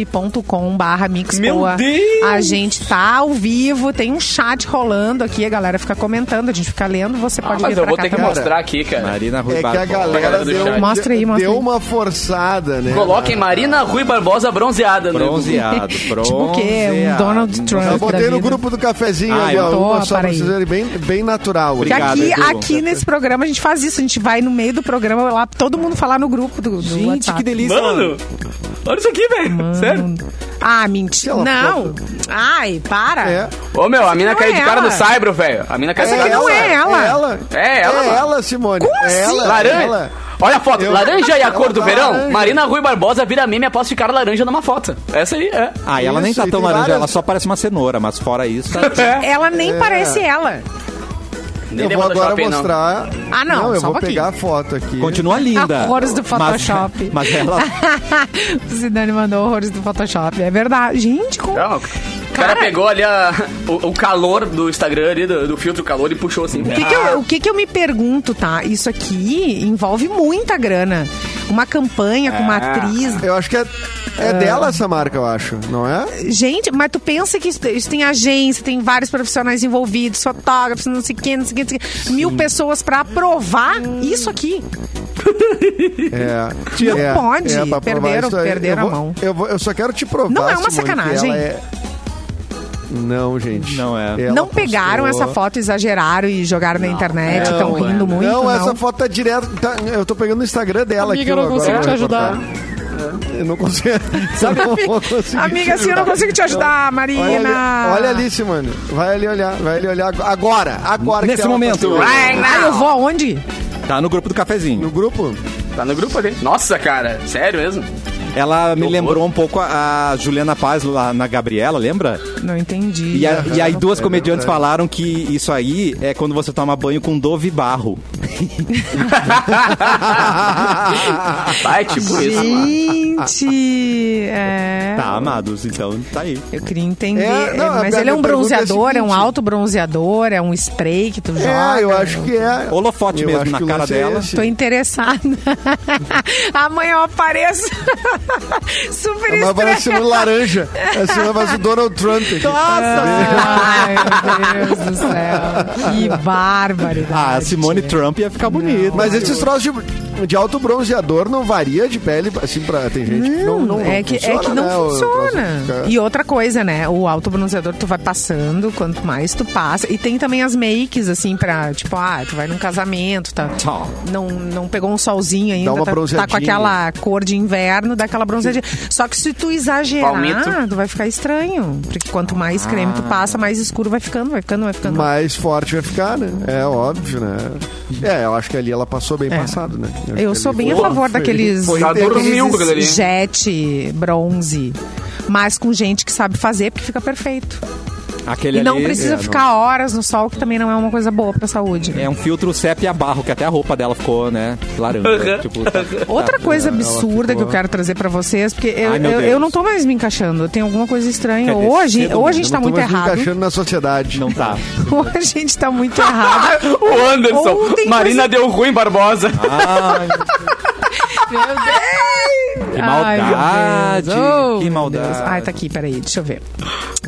[SPEAKER 4] youtube.com barra
[SPEAKER 3] Meu
[SPEAKER 4] Mixpoa.
[SPEAKER 3] Deus!
[SPEAKER 4] A gente tá ao vivo, tem um chat rolando aqui, a galera fica comentando, a gente fica lendo, você
[SPEAKER 3] Ah,
[SPEAKER 4] pode vir
[SPEAKER 3] mas eu
[SPEAKER 4] pra
[SPEAKER 3] vou
[SPEAKER 4] cá
[SPEAKER 3] ter que
[SPEAKER 4] também.
[SPEAKER 3] mostrar aqui, cara.
[SPEAKER 1] Marina Rui
[SPEAKER 2] É que a
[SPEAKER 1] Barbosa.
[SPEAKER 2] galera
[SPEAKER 3] Galera do
[SPEAKER 2] deu,
[SPEAKER 3] chat.
[SPEAKER 4] Mostra aí, mostra
[SPEAKER 2] deu
[SPEAKER 4] aí.
[SPEAKER 2] uma forçada, né?
[SPEAKER 3] Coloquem Marina Rui Barbosa bronzeada. no
[SPEAKER 1] Bronzeado, bronzeado.
[SPEAKER 4] *laughs* Tipo o quê? Um Donald Trump.
[SPEAKER 2] Eu
[SPEAKER 4] da
[SPEAKER 2] botei no
[SPEAKER 4] vida.
[SPEAKER 2] grupo do cafezinho
[SPEAKER 1] Ah,
[SPEAKER 2] ali,
[SPEAKER 1] eu
[SPEAKER 2] ó,
[SPEAKER 4] tô,
[SPEAKER 2] uma só pra
[SPEAKER 4] parei.
[SPEAKER 2] vocês verem bem, bem natural.
[SPEAKER 4] Porque
[SPEAKER 1] Obrigado,
[SPEAKER 4] aqui,
[SPEAKER 1] Edu.
[SPEAKER 4] aqui nesse programa a gente faz isso, a gente vai no meio do programa lá, todo mundo falar no grupo do, do
[SPEAKER 1] Gente,
[SPEAKER 4] WhatsApp.
[SPEAKER 1] que delícia.
[SPEAKER 3] Mano, olha isso aqui, velho. Sério.
[SPEAKER 4] Ah,
[SPEAKER 2] Que
[SPEAKER 4] mentira.
[SPEAKER 2] ela
[SPEAKER 4] Não. Ai, para.
[SPEAKER 2] É.
[SPEAKER 3] Ô, meu, a mina
[SPEAKER 4] não
[SPEAKER 3] caiu
[SPEAKER 4] é
[SPEAKER 3] de cara no
[SPEAKER 4] ela.
[SPEAKER 3] Saibro, velho. A mina caiu de
[SPEAKER 4] Essa
[SPEAKER 3] cara
[SPEAKER 4] aqui
[SPEAKER 3] no
[SPEAKER 4] não é ela.
[SPEAKER 2] É ela,
[SPEAKER 3] É ela,
[SPEAKER 2] é
[SPEAKER 3] mano.
[SPEAKER 2] ela Simone.
[SPEAKER 4] Como
[SPEAKER 2] é
[SPEAKER 4] assim?
[SPEAKER 2] ela,
[SPEAKER 3] Laranja.
[SPEAKER 2] Ela.
[SPEAKER 3] Olha a foto.
[SPEAKER 2] Eu-
[SPEAKER 3] Laranja e a cor do
[SPEAKER 2] Ela tá
[SPEAKER 3] verão.
[SPEAKER 2] laranja.
[SPEAKER 3] Marina Rui Barbosa vira meme após ficar laranja numa foto. Essa aí é.
[SPEAKER 1] Ah, e ela nem
[SPEAKER 2] Isso,
[SPEAKER 1] tá
[SPEAKER 2] e
[SPEAKER 1] tão
[SPEAKER 2] tem
[SPEAKER 1] laranja,
[SPEAKER 2] várias-
[SPEAKER 1] ela só parece uma cenoura, mas fora isso, tá...
[SPEAKER 3] É.
[SPEAKER 4] Ela nem parece ela.
[SPEAKER 3] Nem
[SPEAKER 2] Eu
[SPEAKER 3] deu
[SPEAKER 2] vou agora
[SPEAKER 3] Photoshop, não.
[SPEAKER 2] mostrar.
[SPEAKER 4] Ah, não,
[SPEAKER 2] eu
[SPEAKER 4] só
[SPEAKER 2] vou
[SPEAKER 4] um pouquinho.
[SPEAKER 2] pegar a foto aqui.
[SPEAKER 4] *laughs*
[SPEAKER 1] continua linda.
[SPEAKER 4] Horrores do
[SPEAKER 1] Mas- *laughs*
[SPEAKER 4] Photoshop.
[SPEAKER 1] Mas, ela
[SPEAKER 4] *laughs* o Zidane mandou horrores do Photoshop. É verdade. Gente, como.
[SPEAKER 3] Não, cara pegou ali a- o, o calor do Instagram ali, do, do filtro calor e puxou assim.
[SPEAKER 4] O que é? que eu, o que que eu me pergunto, tá? Isso aqui envolve muita grana. Uma campanha com uma atriz.
[SPEAKER 2] Eu acho que é,
[SPEAKER 4] Ah.
[SPEAKER 2] é dela essa marca, eu acho, não é?
[SPEAKER 4] Gente, mas tu pensa que isso, isso tem agência, tem vários profissionais envolvidos, fotógrafos, não sei o que, não sei o que, não sei o que. Mil pessoas pra aprovar isso aqui.
[SPEAKER 2] É.
[SPEAKER 4] Não
[SPEAKER 2] É,
[SPEAKER 4] pode.
[SPEAKER 2] é pra provar
[SPEAKER 4] Perderam-
[SPEAKER 2] isso aí. eu
[SPEAKER 4] perderam a
[SPEAKER 2] vou-
[SPEAKER 4] mão.
[SPEAKER 2] Eu, vou- eu só quero te provar.
[SPEAKER 4] Não é uma
[SPEAKER 2] Simone, que
[SPEAKER 4] sacanagem.
[SPEAKER 2] ela é- Não, gente.
[SPEAKER 1] Não é.
[SPEAKER 2] Ela
[SPEAKER 4] não pegaram
[SPEAKER 2] postou-
[SPEAKER 4] essa foto, exageraram e jogaram na internet,
[SPEAKER 3] não,
[SPEAKER 4] estão
[SPEAKER 3] mano.
[SPEAKER 4] rindo muito. Não,
[SPEAKER 2] Não, essa foto tá direto. tá- eu tô pegando o Instagram dela
[SPEAKER 5] Amiga, eu não
[SPEAKER 2] aqui. ó, agora
[SPEAKER 5] consigo te
[SPEAKER 2] eu vou
[SPEAKER 5] ajudar.
[SPEAKER 2] cortar. Eu não consigo. *laughs* Sabe?
[SPEAKER 4] Amiga, assim eu não consigo te ajudar, Marina.
[SPEAKER 2] é Olha ali, olha ali, Simone. Vai ali olhar, vai ali olhar agora, agora. que
[SPEAKER 1] Nesse
[SPEAKER 2] ela
[SPEAKER 1] momento.
[SPEAKER 2] postou.
[SPEAKER 3] Right
[SPEAKER 4] Ah,
[SPEAKER 3] now.
[SPEAKER 4] eu vou aonde?
[SPEAKER 1] Tá no grupo do cafezinho.
[SPEAKER 2] No grupo?
[SPEAKER 3] Tá no grupo ali. Nossa, cara, sério mesmo?
[SPEAKER 1] Ela me
[SPEAKER 3] horror.
[SPEAKER 1] lembrou um pouco a, a Juliana Paz lá na Gabriela, lembra?
[SPEAKER 4] Não entendi.
[SPEAKER 1] E, a- e aí
[SPEAKER 2] É
[SPEAKER 1] duas comediantes falaram que isso aí é quando você toma banho com Dove Barro.
[SPEAKER 4] Ah,
[SPEAKER 3] Vai, tipo isso, mano.
[SPEAKER 4] Gente, é.
[SPEAKER 1] Tá, amados, então tá aí.
[SPEAKER 4] Eu queria entender.
[SPEAKER 2] É, não,
[SPEAKER 4] É, mas
[SPEAKER 2] a
[SPEAKER 4] ele é um
[SPEAKER 2] minha pergunta é a
[SPEAKER 4] bronzeador, é, um
[SPEAKER 2] seguinte.
[SPEAKER 4] alto bronzeador, é um spray que tu joga. né?
[SPEAKER 2] É, eu acho que é.
[SPEAKER 1] Holofote
[SPEAKER 2] Eu
[SPEAKER 1] mesmo
[SPEAKER 2] acho
[SPEAKER 1] na
[SPEAKER 2] que o
[SPEAKER 1] cara
[SPEAKER 2] lance é
[SPEAKER 1] dela.
[SPEAKER 2] esse.
[SPEAKER 4] Tô interessada. *laughs* Amanhã eu apareço. *laughs* Super
[SPEAKER 2] Mas
[SPEAKER 4] estranho.
[SPEAKER 2] parece um laranja. Assim, parece o Donald Trump. aqui.
[SPEAKER 4] Ai, meu Deus do céu. Que bárbaro.
[SPEAKER 1] Ah, a Simone Trump ia ficar bonita.
[SPEAKER 2] É. Mas esses troços de, de alto bronzeador não varia de pele, assim, pra, tem gente que não, não, não
[SPEAKER 4] é, que,
[SPEAKER 2] funciona,
[SPEAKER 4] é que não
[SPEAKER 2] né, o
[SPEAKER 4] funciona.
[SPEAKER 2] troço fica-
[SPEAKER 4] E outra coisa, né? O autobronzeador tu vai passando, quanto mais tu passa. E tem também as makes, assim, pra, tipo, ah, tu vai num casamento, tá?
[SPEAKER 1] Tá.
[SPEAKER 4] Não, não pegou um solzinho ainda,
[SPEAKER 2] uma
[SPEAKER 4] tá, tá com
[SPEAKER 2] bronzeadinha.
[SPEAKER 4] aquela cor de inverno, dá aquela bronzeadinha. Só que se tu exagerar,
[SPEAKER 3] Palmito.
[SPEAKER 4] tu vai ficar estranho. Porque quanto mais creme
[SPEAKER 2] Ah.
[SPEAKER 4] tu passa, mais escuro vai ficando, vai ficando, vai ficando.
[SPEAKER 2] Mais forte vai ficar, né? É óbvio, né? É, eu acho que ali ela passou bem passado, né? Eu, acho
[SPEAKER 4] É. Eu
[SPEAKER 2] que
[SPEAKER 4] sou
[SPEAKER 2] ali
[SPEAKER 4] bem a
[SPEAKER 2] foi-
[SPEAKER 4] favor
[SPEAKER 2] foi-
[SPEAKER 4] daqueles-
[SPEAKER 2] foi
[SPEAKER 1] Tá
[SPEAKER 3] Já
[SPEAKER 2] inteiro.
[SPEAKER 3] dormiu com aquilo ali.
[SPEAKER 4] Jet, bronze. Mas com gente que sabe fazer, porque fica perfeito.
[SPEAKER 1] Aquele
[SPEAKER 4] E não
[SPEAKER 1] ali
[SPEAKER 4] precisa
[SPEAKER 2] é,
[SPEAKER 4] ficar horas no sol, que também não é uma coisa boa pra saúde. né?
[SPEAKER 1] É um filtro sepia barro, que até a roupa dela ficou, né, laranja. Tipo, tá-
[SPEAKER 4] Outra coisa absurda
[SPEAKER 2] ficou-
[SPEAKER 4] que eu quero trazer pra vocês, porque eu,
[SPEAKER 1] Ai, meu
[SPEAKER 4] eu,
[SPEAKER 1] Deus.
[SPEAKER 4] eu não tô mais me encaixando, tem alguma coisa estranha.
[SPEAKER 1] Cadê?
[SPEAKER 4] Ou a gente,
[SPEAKER 1] Cedo
[SPEAKER 4] ou a
[SPEAKER 1] mesmo,
[SPEAKER 4] gente tá
[SPEAKER 2] Não tô
[SPEAKER 4] muito
[SPEAKER 2] mais me
[SPEAKER 4] errado, *laughs*
[SPEAKER 2] encaixando na sociedade.
[SPEAKER 1] não tá.
[SPEAKER 4] ou a gente tá muito errado.
[SPEAKER 3] O Anderson.
[SPEAKER 4] Ou tem
[SPEAKER 3] Marina deu ruim, Barbosa.
[SPEAKER 1] Ah, Ai, que maldade.
[SPEAKER 4] Ai, meu Deus. Oh,
[SPEAKER 1] que
[SPEAKER 4] meu
[SPEAKER 1] maldade.
[SPEAKER 4] Deus. Ai, tá aqui, peraí, deixa eu ver.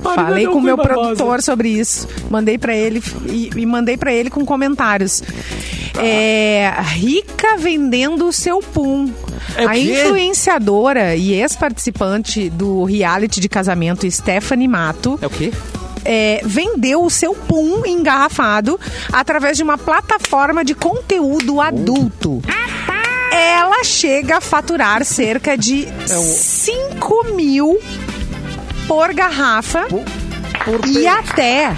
[SPEAKER 4] Falei com o meu produtor sobre isso. Mandei pra ele e, e mandei para ele com comentários.
[SPEAKER 1] Tá.
[SPEAKER 4] É, rica vendendo o seu pum.
[SPEAKER 1] É o
[SPEAKER 4] a
[SPEAKER 1] quê?
[SPEAKER 4] influenciadora e ex-participante do reality de casamento Stephanie Mato
[SPEAKER 1] É o quê?
[SPEAKER 4] é, vendeu o seu pum engarrafado através de uma plataforma de conteúdo adulto. Ela chega a faturar cerca de 5 mil por garrafa e até.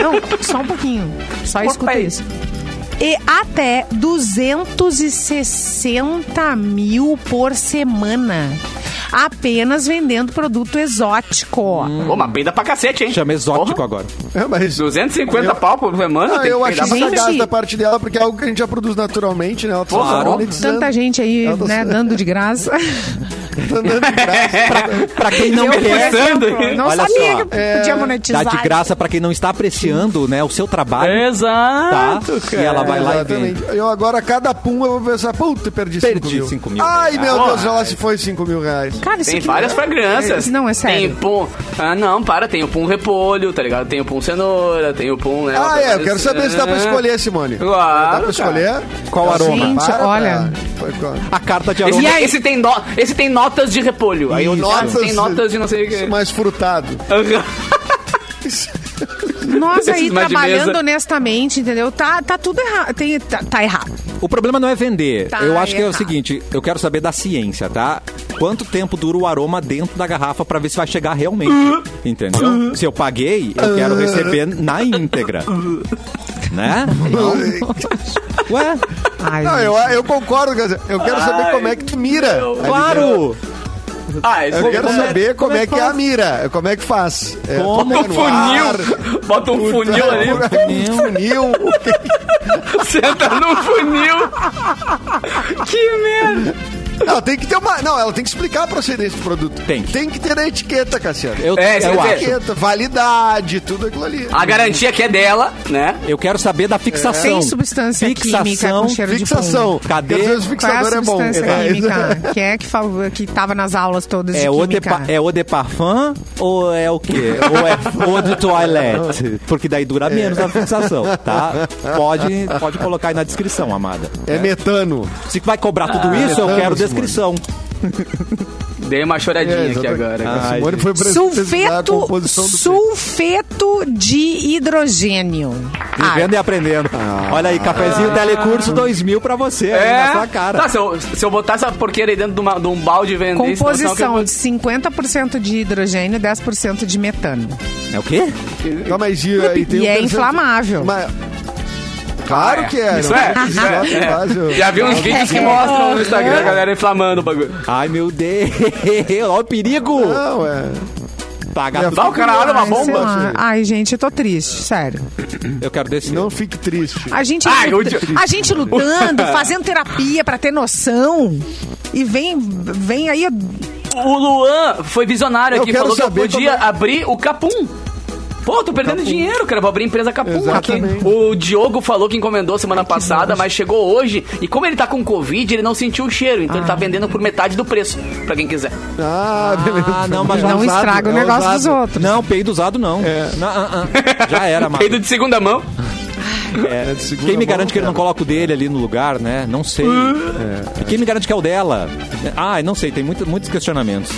[SPEAKER 4] Não, só um pouquinho. Só escuta
[SPEAKER 3] país.
[SPEAKER 4] isso. E até 260 mil por semana. Apenas vendendo produto exótico.
[SPEAKER 3] Ô, mas peida pra cacete, hein?
[SPEAKER 1] Chama exótico
[SPEAKER 3] Porra,
[SPEAKER 1] agora.
[SPEAKER 2] É, mas...
[SPEAKER 3] 250 pau por semana?
[SPEAKER 2] Ah,
[SPEAKER 3] tem
[SPEAKER 2] eu acho
[SPEAKER 3] que peidar
[SPEAKER 4] achei-
[SPEAKER 3] pra
[SPEAKER 4] Gente.
[SPEAKER 2] sagaz da parte dela, porque é algo que a gente já produz naturalmente, né? Ela tá
[SPEAKER 1] Claro.
[SPEAKER 2] monetizando,
[SPEAKER 4] Tanta gente aí,
[SPEAKER 2] Ela tá
[SPEAKER 4] né,
[SPEAKER 2] sendo-
[SPEAKER 4] dando de graça.
[SPEAKER 2] tá dando de
[SPEAKER 3] *laughs*
[SPEAKER 2] graça.
[SPEAKER 1] Pra quem não
[SPEAKER 4] Eu, por
[SPEAKER 1] quer,
[SPEAKER 3] pensando,
[SPEAKER 4] exemplo,
[SPEAKER 3] hein?
[SPEAKER 4] Não
[SPEAKER 1] Olha
[SPEAKER 4] sabia
[SPEAKER 1] só,
[SPEAKER 4] que
[SPEAKER 2] É.
[SPEAKER 4] podia
[SPEAKER 1] dá
[SPEAKER 4] monetizar.
[SPEAKER 1] de graça pra quem não está apreciando, né, o seu trabalho. Tá?
[SPEAKER 3] É Exato,
[SPEAKER 1] E ela vai lá e
[SPEAKER 2] Exatamente.
[SPEAKER 1] vende.
[SPEAKER 2] Eu agora, cada pum, eu vou pensar, puta, perdi 5 mil.
[SPEAKER 1] Perdi cinco mil.
[SPEAKER 2] Ai, meu
[SPEAKER 3] Ah,
[SPEAKER 2] Deus, já lá se foi 5 mil reais.
[SPEAKER 4] Cara, isso
[SPEAKER 3] Tem
[SPEAKER 4] aqui-
[SPEAKER 3] várias fragrâncias.
[SPEAKER 4] Não, é
[SPEAKER 3] Tem *laughs*
[SPEAKER 4] sério.
[SPEAKER 3] pum. Ah, não, para. Tem o pum repolho, tá ligado? Tem o pum cenoura, tem o pum. Né,
[SPEAKER 2] Ah,
[SPEAKER 3] outras
[SPEAKER 2] é, eu
[SPEAKER 3] coisas.
[SPEAKER 2] quero saber se dá pra
[SPEAKER 3] Ah.
[SPEAKER 2] escolher, Simone.
[SPEAKER 3] Claro,
[SPEAKER 2] Dá pra escolher?
[SPEAKER 1] Qual aroma?
[SPEAKER 4] Gente,
[SPEAKER 2] Para,
[SPEAKER 4] olha.
[SPEAKER 2] para.
[SPEAKER 1] A carta de
[SPEAKER 3] Esse, é
[SPEAKER 1] aroma. é
[SPEAKER 3] tem- esse tem no- esse tem notas de repolho. Aí o
[SPEAKER 1] Isso.
[SPEAKER 3] notas, tem notas de não sei o que.
[SPEAKER 2] Mais frutado.
[SPEAKER 4] Nós aí
[SPEAKER 3] Esses mais de
[SPEAKER 4] trabalhando
[SPEAKER 3] mesa.
[SPEAKER 4] honestamente, entendeu? Tá, tá tudo errado. Tem, tá, tá errado.
[SPEAKER 1] O problema não é vender.
[SPEAKER 4] Tá
[SPEAKER 1] eu acho que é o
[SPEAKER 4] errado.
[SPEAKER 1] seguinte, eu quero saber da ciência, tá? Quanto tempo dura o aroma dentro da garrafa pra ver se vai chegar realmente?
[SPEAKER 4] Uh-huh.
[SPEAKER 1] Entendeu? Se eu paguei, eu quero receber na íntegra.
[SPEAKER 4] Uh-huh.
[SPEAKER 1] Né?
[SPEAKER 4] *laughs*
[SPEAKER 1] Ué?
[SPEAKER 4] Ai,
[SPEAKER 2] Não,
[SPEAKER 4] gente.
[SPEAKER 2] eu, eu concordo, Gaza. Eu quero saber
[SPEAKER 3] Ai,
[SPEAKER 2] como é que tu mira.
[SPEAKER 3] meu.
[SPEAKER 2] Ali dentro.
[SPEAKER 1] Claro!
[SPEAKER 3] *laughs* Ah, esse
[SPEAKER 2] Eu quero
[SPEAKER 3] como-
[SPEAKER 2] saber como,
[SPEAKER 1] como
[SPEAKER 2] é
[SPEAKER 1] é
[SPEAKER 2] que é a mira, como é que faz. É,
[SPEAKER 1] Como
[SPEAKER 2] bota
[SPEAKER 3] Bota um
[SPEAKER 2] no ar,
[SPEAKER 3] funil. Bota um funil ali.
[SPEAKER 2] Um funil. o que-
[SPEAKER 3] Senta no funil. Que merda.
[SPEAKER 2] Ela tem que ter uma. Não, ela tem que explicar a procedência do produto.
[SPEAKER 1] Tem.
[SPEAKER 2] Tem que ter a etiqueta, Cassiano.
[SPEAKER 1] Eu,
[SPEAKER 3] É, isso
[SPEAKER 1] eu
[SPEAKER 3] quer
[SPEAKER 1] acho.
[SPEAKER 3] dizer-
[SPEAKER 2] Etiqueta, validade, tudo aquilo ali.
[SPEAKER 3] A garantia que é dela, né?
[SPEAKER 1] Eu quero saber da fixação.
[SPEAKER 4] Tem substância química
[SPEAKER 1] fixação,
[SPEAKER 4] com cheiro
[SPEAKER 2] Fixação.
[SPEAKER 4] de
[SPEAKER 1] Cadê?
[SPEAKER 2] Quer dizer, os
[SPEAKER 4] pum. Qual é a
[SPEAKER 2] fixador é bom.
[SPEAKER 4] substância
[SPEAKER 2] É.
[SPEAKER 4] química?
[SPEAKER 2] *laughs*
[SPEAKER 4] Quem é que, falou, que tava nas aulas todas de
[SPEAKER 1] É o, de,
[SPEAKER 4] química?
[SPEAKER 1] pa- é o de parfum ou é o quê? ou é o de toilette? Porque daí
[SPEAKER 4] É.
[SPEAKER 1] dura menos a fixação, tá? Pode, pode colocar aí na descrição, amada.
[SPEAKER 2] É metano.
[SPEAKER 1] Se vai cobrar
[SPEAKER 4] Ah,
[SPEAKER 1] tudo isso, eu
[SPEAKER 2] metamos,
[SPEAKER 1] quero
[SPEAKER 2] mano.
[SPEAKER 1] descrição.
[SPEAKER 3] Dei uma choradinha
[SPEAKER 2] É,
[SPEAKER 3] aqui
[SPEAKER 2] exatamente.
[SPEAKER 3] agora.
[SPEAKER 1] Ah. Ai,
[SPEAKER 2] Simone foi pra pesquisar a
[SPEAKER 4] Sulfeto,
[SPEAKER 2] composição do-
[SPEAKER 4] sulfeto de hidrogênio. Ah.
[SPEAKER 1] Vivendo e aprendendo. Olha aí, cafezinho telecurso 2000 pra você,
[SPEAKER 4] É.
[SPEAKER 1] aí na sua cara.
[SPEAKER 3] Tá, se eu, se eu botar essa porqueira aí dentro de, uma- de um balde e vender... senão que eu-
[SPEAKER 4] Composição de 50% de hidrogênio e 10% de metano.
[SPEAKER 1] É o quê?
[SPEAKER 2] Tá, mas e, aí tem
[SPEAKER 4] E
[SPEAKER 2] um
[SPEAKER 4] é
[SPEAKER 2] percentual-
[SPEAKER 4] inflamável.
[SPEAKER 2] Mas- tá Claro que é.
[SPEAKER 3] Isso
[SPEAKER 2] não
[SPEAKER 3] é,
[SPEAKER 2] tem que
[SPEAKER 3] isso
[SPEAKER 2] precisar,
[SPEAKER 3] é, é.
[SPEAKER 2] faz, eu-
[SPEAKER 3] Já vi uns vídeos que mostram no Instagram a galera inflamando o bagulho.
[SPEAKER 1] Ai, meu Deus. Olha o perigo.
[SPEAKER 2] Não, é.
[SPEAKER 1] Tá, gato.
[SPEAKER 3] Dá o cara olha uma
[SPEAKER 4] Ai, sei
[SPEAKER 3] bomba.
[SPEAKER 2] assim.
[SPEAKER 4] lá. é Ai, gente, eu tô triste, sério.
[SPEAKER 1] Eu quero descer.
[SPEAKER 2] Não fique triste.
[SPEAKER 4] A gente,
[SPEAKER 3] Ai,
[SPEAKER 4] luta-
[SPEAKER 3] eu te-
[SPEAKER 4] a gente lutando, fazendo terapia pra ter noção. E vem, vem aí.
[SPEAKER 3] O Luan foi visionário
[SPEAKER 2] Eu
[SPEAKER 3] aqui,
[SPEAKER 2] quero
[SPEAKER 3] falou que eu
[SPEAKER 2] saber
[SPEAKER 3] podia
[SPEAKER 2] como
[SPEAKER 3] abrir o Capum. Pô, tô perdendo dinheiro, cara. Vou abrir empresa Capum
[SPEAKER 2] Exatamente.
[SPEAKER 3] aqui. O Diogo falou que encomendou semana passada, mas chegou hoje. E como ele tá com Covid, ele não sentiu o cheiro. Então ele tá vendendo por metade do preço, pra quem quiser.
[SPEAKER 2] Ah, beleza.
[SPEAKER 1] Ah, não, mas já
[SPEAKER 4] Não
[SPEAKER 1] usado,
[SPEAKER 4] estraga o
[SPEAKER 1] já
[SPEAKER 4] negócio
[SPEAKER 1] usado.
[SPEAKER 4] dos outros. É.
[SPEAKER 1] Não, peido usado não. Não, ah, ah. Já
[SPEAKER 4] *laughs*
[SPEAKER 1] era, mano.
[SPEAKER 3] Peido de segunda mão.
[SPEAKER 1] É,
[SPEAKER 2] de segunda
[SPEAKER 1] Quem me
[SPEAKER 2] mão,
[SPEAKER 1] garante que ele não coloca o dele ali no lugar, né? Não sei. E quem me garante que é o dela? Ah, não sei, tem muito- muitos questionamentos.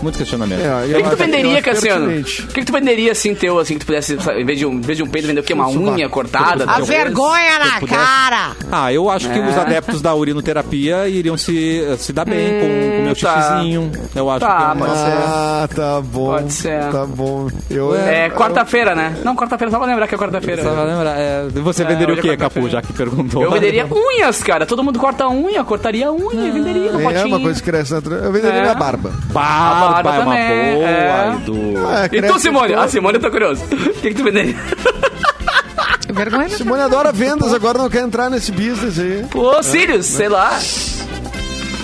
[SPEAKER 1] Muitos questionamentos.
[SPEAKER 2] É,
[SPEAKER 3] O
[SPEAKER 2] eu
[SPEAKER 3] que, que
[SPEAKER 2] acho-
[SPEAKER 3] tu venderia,
[SPEAKER 2] eu acho
[SPEAKER 3] Cassiano? O
[SPEAKER 2] pertinente.
[SPEAKER 3] que, que tu venderia assim teu, assim, que tu pudesse, sabe, em vez de um, em vez de um peido, vender o quê? Uma
[SPEAKER 2] Sovaco.
[SPEAKER 3] unha cortada?
[SPEAKER 4] A
[SPEAKER 3] talvez?
[SPEAKER 4] vergonha
[SPEAKER 1] se Ah, eu
[SPEAKER 4] na
[SPEAKER 1] pudesse.
[SPEAKER 4] cara!
[SPEAKER 1] Ah, eu acho
[SPEAKER 3] É.
[SPEAKER 1] que os adeptos da urinoterapia iriam se, se dar bem com com o meu
[SPEAKER 3] tá.
[SPEAKER 1] xixizinho. Eu acho
[SPEAKER 3] Tá,
[SPEAKER 1] que... é
[SPEAKER 3] pode ser.
[SPEAKER 2] Ah, tá bom.
[SPEAKER 3] Pode ser.
[SPEAKER 2] Tá bom. Eu,
[SPEAKER 3] É
[SPEAKER 2] eu-
[SPEAKER 3] quarta-feira, né? Não, quarta-feira, só pra lembrar que é quarta-feira.
[SPEAKER 1] Só pra lembrar, é, você
[SPEAKER 3] É,
[SPEAKER 1] venderia o
[SPEAKER 3] hoje é
[SPEAKER 1] quê, Capu,
[SPEAKER 3] quarta-feira.
[SPEAKER 1] já que perguntou? *laughs*
[SPEAKER 3] Eu venderia unhas, cara. Todo mundo corta a unha, cortaria a unha e venderia no
[SPEAKER 2] É
[SPEAKER 3] um potinho.
[SPEAKER 2] uma coisa que cresce natural. Eu venderia
[SPEAKER 3] É.
[SPEAKER 2] minha barba.
[SPEAKER 1] Barba,
[SPEAKER 3] A barba
[SPEAKER 1] é uma
[SPEAKER 3] também,
[SPEAKER 1] boa,
[SPEAKER 3] é.
[SPEAKER 1] Edu.
[SPEAKER 2] Ah,
[SPEAKER 3] E
[SPEAKER 2] cresce
[SPEAKER 3] tu, Simone?
[SPEAKER 2] todo.
[SPEAKER 3] Ah, Simone, eu tô curioso. *laughs* O que, que tu venderia?
[SPEAKER 4] Vergonha na
[SPEAKER 2] Simone adora vendas, agora não quer entrar nesse business aí.
[SPEAKER 3] Ô, Sirius, sei lá.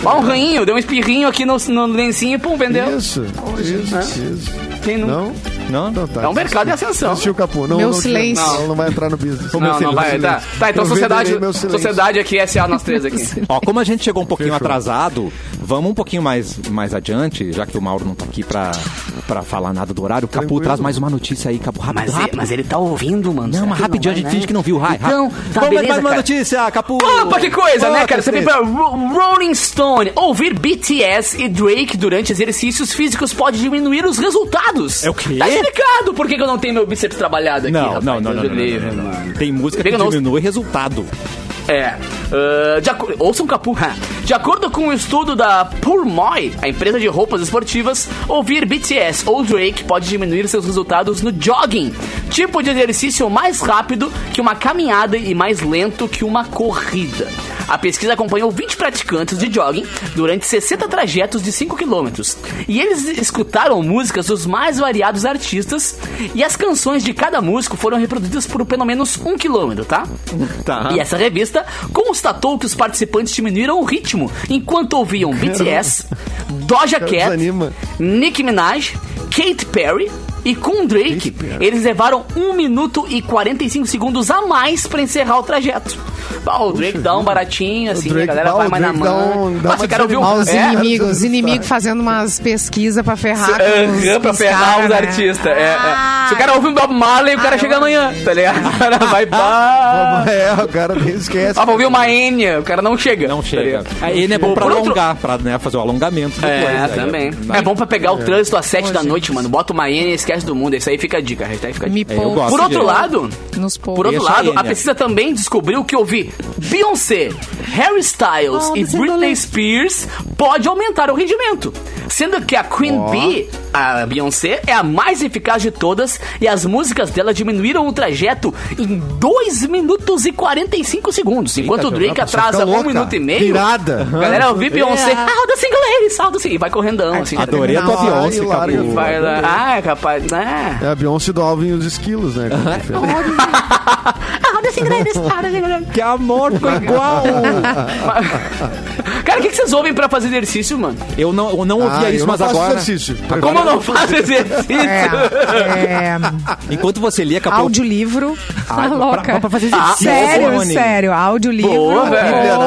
[SPEAKER 3] Ó, um rainho, deu um espirrinho aqui no, no lencinho e pum, vendeu.
[SPEAKER 2] É. Isso, isso, isso.
[SPEAKER 3] Quem né? não?
[SPEAKER 2] Não?
[SPEAKER 1] Não?
[SPEAKER 2] Então tá.
[SPEAKER 3] É um mercado em ascensão.
[SPEAKER 2] Assistiu o Capu. Não,
[SPEAKER 4] Meu
[SPEAKER 2] não,
[SPEAKER 4] silêncio.
[SPEAKER 2] Não, ela não vai entrar no business.
[SPEAKER 3] Não, não vai. Tá, tá então
[SPEAKER 2] Eu
[SPEAKER 3] sociedade,
[SPEAKER 2] venderei meu silêncio.
[SPEAKER 3] sociedade tá- aqui, SA, nós três aqui.
[SPEAKER 1] Ó, como a gente chegou um pouquinho
[SPEAKER 2] Fechou.
[SPEAKER 1] atrasado, vamos um pouquinho mais, mais adiante, já que o Mauro não tá aqui pra, pra falar nada do horário. Capu,
[SPEAKER 2] Tranquilo.
[SPEAKER 1] traz mais uma notícia aí, Capu, rápido,
[SPEAKER 3] Mas,
[SPEAKER 1] rápido.
[SPEAKER 3] mas ele tá ouvindo, mano.
[SPEAKER 1] Não,
[SPEAKER 3] Será
[SPEAKER 1] mas
[SPEAKER 3] que ele
[SPEAKER 1] rapidinho, a
[SPEAKER 2] é
[SPEAKER 3] vai,
[SPEAKER 1] gente
[SPEAKER 3] né?
[SPEAKER 1] finge que não viu. Hi, hi.
[SPEAKER 3] Então, tá,
[SPEAKER 1] vamos
[SPEAKER 3] beleza,
[SPEAKER 1] mais uma
[SPEAKER 3] cara.
[SPEAKER 1] notícia, Capu.
[SPEAKER 3] Opa, que coisa, né,
[SPEAKER 1] Outra
[SPEAKER 3] cara? Você vem
[SPEAKER 1] treta.
[SPEAKER 3] pra Ro- Rolling Stone. Ouvir BTS e Drake durante exercícios físicos pode diminuir os resultados.
[SPEAKER 1] É o quê?
[SPEAKER 3] Tá explicado por que que eu não tenho meu bíceps trabalhado aqui,
[SPEAKER 1] Não,
[SPEAKER 3] rapaz.
[SPEAKER 1] não, não, não,
[SPEAKER 3] Deus
[SPEAKER 1] não,
[SPEAKER 3] me
[SPEAKER 1] não,
[SPEAKER 3] livre,
[SPEAKER 1] não, não.
[SPEAKER 3] mano.
[SPEAKER 1] Tem música que
[SPEAKER 3] Pega no-
[SPEAKER 1] diminui resultado.
[SPEAKER 3] É. ah, de aco- Ouçam Capu. ha. De acordo com um estudo da Purmoy, a empresa de roupas esportivas, ouvir BTS ou Drake pode diminuir seus resultados no jogging. Tipo de exercício mais rápido que uma caminhada e mais lento que uma corrida. A pesquisa acompanhou 20 praticantes de jogging durante 60 trajetos de 5 quilômetros E eles escutaram músicas dos mais variados artistas e as canções de cada músico foram reproduzidas por pelo menos 1 quilômetro, tá?
[SPEAKER 1] Tá.
[SPEAKER 3] E essa revista constatou que os participantes diminuíram o ritmo enquanto ouviam BTS, Doja Cat,
[SPEAKER 2] desanima.
[SPEAKER 3] Nicki Minaj, Kate Perry e com Drake, eles levaram 1 minuto e 45 segundos a mais pra encerrar o trajeto. Bah, o Drake dá um baratinho, assim,
[SPEAKER 2] Drake-
[SPEAKER 3] a galera
[SPEAKER 2] bah,
[SPEAKER 3] vai
[SPEAKER 2] o
[SPEAKER 3] mais na
[SPEAKER 2] Drake dá
[SPEAKER 3] mão.
[SPEAKER 2] um- dá
[SPEAKER 3] Nossa,
[SPEAKER 2] uma
[SPEAKER 3] eu quero ouvir
[SPEAKER 2] desanimada,
[SPEAKER 3] o...
[SPEAKER 4] Os
[SPEAKER 2] É.
[SPEAKER 4] inimigos, os inimigos fazendo umas pesquisas pra ferrar.
[SPEAKER 3] É,
[SPEAKER 4] com os-
[SPEAKER 3] aham, pra
[SPEAKER 4] com os
[SPEAKER 3] ferrar
[SPEAKER 4] cara,
[SPEAKER 3] os
[SPEAKER 4] né?
[SPEAKER 3] artistas. é, é.
[SPEAKER 4] Ah,
[SPEAKER 3] Se o cara ouve um Bob Marley, o cara
[SPEAKER 4] Ah,
[SPEAKER 3] chega
[SPEAKER 4] eu
[SPEAKER 3] amanhã, tá ligado? *laughs* O cara
[SPEAKER 2] *laughs*
[SPEAKER 3] vai pá.
[SPEAKER 2] É, o cara nem esquece.
[SPEAKER 3] Ah, pra ouvir uma Enya, o cara não chega.
[SPEAKER 1] Não
[SPEAKER 3] tá
[SPEAKER 1] chega.
[SPEAKER 3] ligado?
[SPEAKER 1] Aí ele é bom pra
[SPEAKER 3] Por outro-
[SPEAKER 1] alongar, pra né, fazer o alongamento depois. né?
[SPEAKER 3] É,
[SPEAKER 1] aí,
[SPEAKER 3] também.
[SPEAKER 1] ó.
[SPEAKER 3] É bom pra pegar o trânsito às 7 da noite, mano. Bota uma N e esquece do mundo. Isso aí fica a dica, a hashtag fica a
[SPEAKER 4] Me
[SPEAKER 3] dica.
[SPEAKER 1] É, eu
[SPEAKER 4] poupa
[SPEAKER 1] gosto
[SPEAKER 3] Por outro
[SPEAKER 1] disso.
[SPEAKER 3] lado,
[SPEAKER 4] nos
[SPEAKER 3] por outro
[SPEAKER 1] Deixa
[SPEAKER 3] lado,
[SPEAKER 1] ele,
[SPEAKER 3] a
[SPEAKER 1] né?
[SPEAKER 3] pesquisa também descobriu que ouvir Beyoncé, Harry Styles
[SPEAKER 4] Oh,
[SPEAKER 3] e
[SPEAKER 4] você não
[SPEAKER 3] Britney
[SPEAKER 4] lembra.
[SPEAKER 3] Spears pode aumentar o rendimento. Sendo que a Queen Bee a Beyoncé é a mais eficaz de todas e as músicas dela diminuíram o trajeto em 2 minutos e 45 segundos. Enquanto o Drake
[SPEAKER 1] tá
[SPEAKER 2] Você
[SPEAKER 3] atrasa
[SPEAKER 2] fica
[SPEAKER 3] 1 um
[SPEAKER 2] louca.
[SPEAKER 3] minuto e meio.
[SPEAKER 2] Virada.
[SPEAKER 3] Galera, eu vi Beyoncé. Ah, o da single ladies, ah, o da single. E vai correndão,
[SPEAKER 1] *laughs*
[SPEAKER 3] assim.
[SPEAKER 1] Adorei a
[SPEAKER 2] Na
[SPEAKER 1] tua
[SPEAKER 2] hora,
[SPEAKER 1] Beyoncé,
[SPEAKER 2] e larga.
[SPEAKER 1] Capu.
[SPEAKER 3] Vai lá. Ah, capaz. Ah.
[SPEAKER 2] É a Beyoncé do Alvin e os esquilos, né?
[SPEAKER 1] Que amor, ficou igual!
[SPEAKER 3] Cara, o que, que vocês ouvem pra fazer exercício, mano?
[SPEAKER 1] *laughs* Eu não, eu não ouvia
[SPEAKER 2] Ah,
[SPEAKER 1] isso,
[SPEAKER 2] eu não
[SPEAKER 1] mas
[SPEAKER 2] faço
[SPEAKER 1] agora.
[SPEAKER 2] exercício.
[SPEAKER 3] Como eu
[SPEAKER 1] *laughs*
[SPEAKER 3] não faço exercício?
[SPEAKER 4] É, é,
[SPEAKER 1] Enquanto você lia, Capu.
[SPEAKER 4] audiolivro. Tá
[SPEAKER 1] Pra,
[SPEAKER 4] louca.
[SPEAKER 1] pra- pra fazer exercício.
[SPEAKER 4] Sério,
[SPEAKER 1] Rony.
[SPEAKER 4] sério. Audiolivro
[SPEAKER 3] Boa, velho.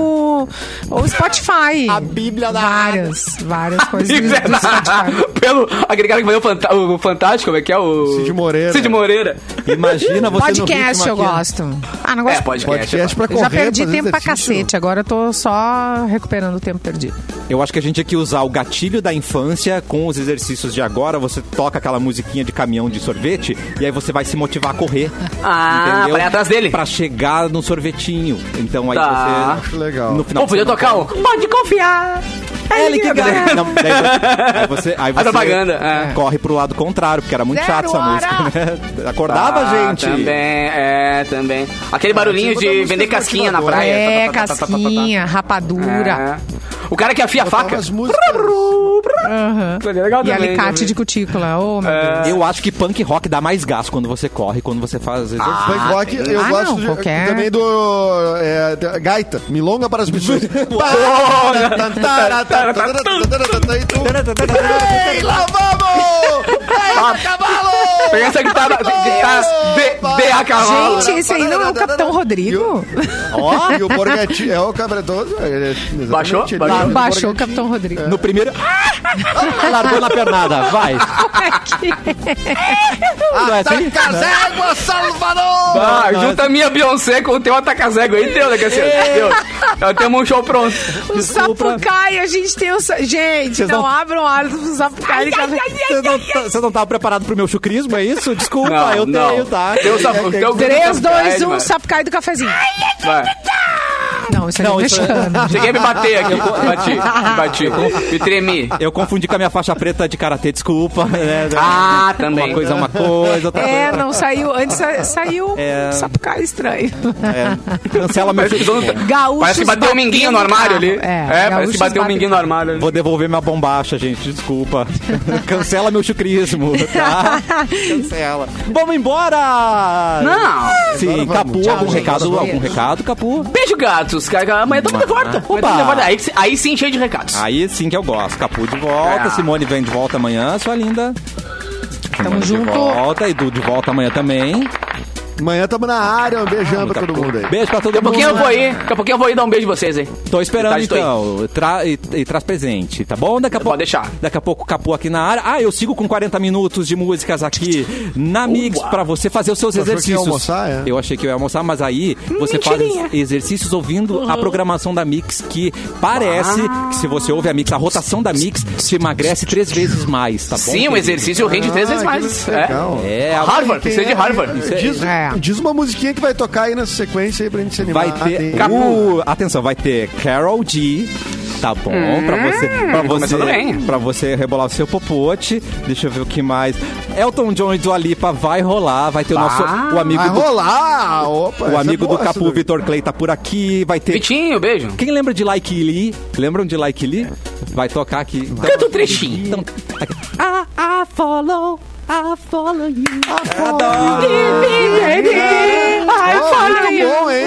[SPEAKER 4] ou, ou Spotify.
[SPEAKER 1] A Bíblia da
[SPEAKER 4] Várias, várias tipo coisas
[SPEAKER 3] *laughs*
[SPEAKER 4] do,
[SPEAKER 3] é
[SPEAKER 4] do Spotify.
[SPEAKER 3] Pelo aquele cara que vai o, Fanta- o Fantástico, como é que é? O...
[SPEAKER 2] Cid Moreira.
[SPEAKER 3] Cid Moreira.
[SPEAKER 1] Imagina você
[SPEAKER 4] Podcast eu
[SPEAKER 1] no ritmo aqui. né?
[SPEAKER 4] gosto. Ah, não gosto.
[SPEAKER 3] É, podcast.
[SPEAKER 2] Podcast pra
[SPEAKER 4] Eu
[SPEAKER 2] correr, é
[SPEAKER 4] já perdi
[SPEAKER 2] fazer
[SPEAKER 4] tempo pra
[SPEAKER 2] exercício.
[SPEAKER 4] cacete, agora eu tô só recuperando o tempo perdido.
[SPEAKER 1] Eu acho que a gente tinha que usar o gatilho da infância com os exercícios de agora. Você toca aquela musiquinha de caminhão de sorvete e aí você vai se motivar a correr.
[SPEAKER 3] Ah,
[SPEAKER 1] entendeu?
[SPEAKER 3] pra ir atrás dele.
[SPEAKER 1] Pra chegar no sorvetinho. Então aí
[SPEAKER 3] Tá.
[SPEAKER 1] você.
[SPEAKER 2] Acho legal.
[SPEAKER 1] No final.
[SPEAKER 3] Ou podia
[SPEAKER 1] você-
[SPEAKER 3] tocar um. Pode confiar. É ele que ganha.
[SPEAKER 1] Não, daí você- aí você, aí você
[SPEAKER 3] propaganda, é.
[SPEAKER 1] corre pro lado contrário, porque era muito
[SPEAKER 4] Zero
[SPEAKER 1] chato essa
[SPEAKER 4] hora.
[SPEAKER 1] música, né? *laughs* Acordava,
[SPEAKER 3] Ah,
[SPEAKER 1] gente.
[SPEAKER 3] Também, é, também. Aquele barulhinho
[SPEAKER 2] tipo da
[SPEAKER 3] de
[SPEAKER 2] música
[SPEAKER 3] vender casquinha na
[SPEAKER 2] motivadora.
[SPEAKER 3] praia.
[SPEAKER 4] É,
[SPEAKER 3] Tá, tá, tá, tá, tá, tá, tá.
[SPEAKER 4] casquinha, rapadura
[SPEAKER 3] É. O cara que afia a faca.
[SPEAKER 2] As músicas.
[SPEAKER 3] legal
[SPEAKER 4] e alicate de cutícula. Ô, meu Deus.
[SPEAKER 1] Eu acho que punk rock dá mais gás quando você corre, quando você faz exercício.
[SPEAKER 2] Punk rock, eu
[SPEAKER 4] Ah,
[SPEAKER 2] gosto
[SPEAKER 4] não,
[SPEAKER 2] de-
[SPEAKER 4] qualquer-
[SPEAKER 2] também do é, da- gaita, milonga para as pessoas. Ei, lá vamos! Ei, cavalo!
[SPEAKER 3] Pegar *laughs* essa
[SPEAKER 4] *laughs*
[SPEAKER 3] guitarra, guitarra de, de a cavalo.
[SPEAKER 4] Gente, esse aí não é o Capitão Rodrigo?
[SPEAKER 2] Ó, e o Borgatinho, é o cabretoso. ele é- exatamente,
[SPEAKER 3] Baixou?
[SPEAKER 2] ele-
[SPEAKER 3] Baixou.
[SPEAKER 2] o
[SPEAKER 4] Baixou o
[SPEAKER 2] Borgatti-
[SPEAKER 4] Capitão Rodrigo.
[SPEAKER 1] No primeiro. Ah! Largou na pernada, vai. Não é assim?
[SPEAKER 2] Ataca as éguas, Salvador!
[SPEAKER 3] Ah,
[SPEAKER 1] Nossa.
[SPEAKER 3] junta a minha Beyoncé com o teu atacazego aí, deu, né,
[SPEAKER 4] *laughs*
[SPEAKER 3] Cassiano?
[SPEAKER 4] É.
[SPEAKER 3] Deu. Nós temos um show pronto.
[SPEAKER 4] O Sapucai, a gente tem o... sa- Gente,
[SPEAKER 1] Vocês
[SPEAKER 4] não
[SPEAKER 1] não-
[SPEAKER 4] abram olhos pro Sapucai. ele tá-
[SPEAKER 1] Você não, tá- você não tava preparado pro meu chucrismo, é isso? Desculpa,
[SPEAKER 3] Não,
[SPEAKER 1] eu
[SPEAKER 3] não.
[SPEAKER 1] tenho, tá?
[SPEAKER 3] Teu sapo- teu-
[SPEAKER 4] 3, 2, 1,
[SPEAKER 3] Vai.
[SPEAKER 4] Sapucai um, do cafezinho.
[SPEAKER 3] Vai.
[SPEAKER 4] Não, isso
[SPEAKER 1] Não,
[SPEAKER 4] é
[SPEAKER 1] isso é-
[SPEAKER 4] mexicano.
[SPEAKER 3] Cheguei a me bater aqui. Bati, bati. Me tremi.
[SPEAKER 1] *laughs* Eu confundi com a minha faixa preta de karatê, desculpa. né?
[SPEAKER 3] Ah, também.
[SPEAKER 1] Uma coisa é uma coisa, outra
[SPEAKER 4] É,
[SPEAKER 1] coisa.
[SPEAKER 4] não saiu. Antes sa- saiu
[SPEAKER 1] É.
[SPEAKER 4] Sapucai estranho.
[SPEAKER 1] É, cancela meu chucrismo.
[SPEAKER 4] Gaúcho.
[SPEAKER 3] Parece que bateu um minguinho no armário ali. É, parece que bateu um minguinho no armário ali.
[SPEAKER 1] Vou devolver minha bombacha, gente, desculpa. cancela meu chucrismo, tá? Cancela. Vamos embora!
[SPEAKER 3] Não.
[SPEAKER 1] Sim,
[SPEAKER 2] Agora vamos.
[SPEAKER 1] Capu,
[SPEAKER 2] Tchau,
[SPEAKER 1] algum
[SPEAKER 2] gente.
[SPEAKER 1] recado? Algum recado, Capu?
[SPEAKER 3] Beijo, gatos. Cara, Amanhã tamo de volta. Amanhã tamo de volta. Aí, aí sim, cheio de recados.
[SPEAKER 1] Aí sim que eu gosto. Capu de volta,
[SPEAKER 3] É.
[SPEAKER 1] Simone vem de volta amanhã, sua linda. Tamo De
[SPEAKER 4] junto.
[SPEAKER 1] volta, Edu de volta amanhã também.
[SPEAKER 2] Amanhã tamo na área, um beijão pra todo mundo aí.
[SPEAKER 1] Beijo pra todo
[SPEAKER 3] Daqui a
[SPEAKER 1] mundo.
[SPEAKER 3] pouquinho eu vou ir. Daqui a pouquinho eu vou ir dar um beijo em vocês, hein.
[SPEAKER 1] Tô esperando
[SPEAKER 3] Tarde tô
[SPEAKER 1] então. Tra- e, e traz presente, tá bom? Daqui a
[SPEAKER 3] Pode
[SPEAKER 1] pouco.
[SPEAKER 3] deixar.
[SPEAKER 1] Daqui a pouco Capu aqui na área. Ah, eu sigo com 40 minutos de músicas aqui na Mix pra você fazer os seus
[SPEAKER 2] achou que ia
[SPEAKER 1] exercícios.
[SPEAKER 2] almoçar, é? Hum,
[SPEAKER 1] Eu achei que eu ia almoçar, mas aí você faz ex- exercícios ouvindo
[SPEAKER 2] Uhum.
[SPEAKER 1] a programação da Mix que parece que se você ouve a Mix, a rotação da Mix te emagrece três vezes mais, tá bom?
[SPEAKER 3] Sim, o
[SPEAKER 1] querido?
[SPEAKER 3] exercício rende três
[SPEAKER 1] Ah,
[SPEAKER 3] vezes mais. É.
[SPEAKER 2] Ah, Legal.
[SPEAKER 1] É, a
[SPEAKER 3] Harvard, precisa de Harvard.
[SPEAKER 2] Diz,
[SPEAKER 4] É.
[SPEAKER 2] diz uma musiquinha que vai tocar aí nessa sequência aí pra gente se animar.
[SPEAKER 1] Vai ter.
[SPEAKER 2] Ah, tem.
[SPEAKER 1] o- atenção, vai ter Carol G. Tá bom, pra você. Pra você,
[SPEAKER 3] começando bem.
[SPEAKER 1] pra você rebolar o seu popote. Deixa eu ver o que mais. Elton John e Dua Lipa vai rolar. Vai ter o nosso. O amigo
[SPEAKER 2] Ah, Vai
[SPEAKER 1] do,
[SPEAKER 2] rolar! Opa,
[SPEAKER 1] o
[SPEAKER 2] essa
[SPEAKER 1] amigo
[SPEAKER 2] é
[SPEAKER 1] do
[SPEAKER 2] boa, essa
[SPEAKER 1] Capu, Vitor Clay, tá por aqui. Vai ter.
[SPEAKER 3] Vitinho, beijo.
[SPEAKER 1] Quem lembra de Like Lee? Lembram de Like Lee? Vai tocar aqui. Então,
[SPEAKER 3] Canta um trechinho.
[SPEAKER 1] então, aqui.
[SPEAKER 4] I follow, I follow you.
[SPEAKER 2] Ah,
[SPEAKER 1] tá
[SPEAKER 2] Ó, muito bom, hein?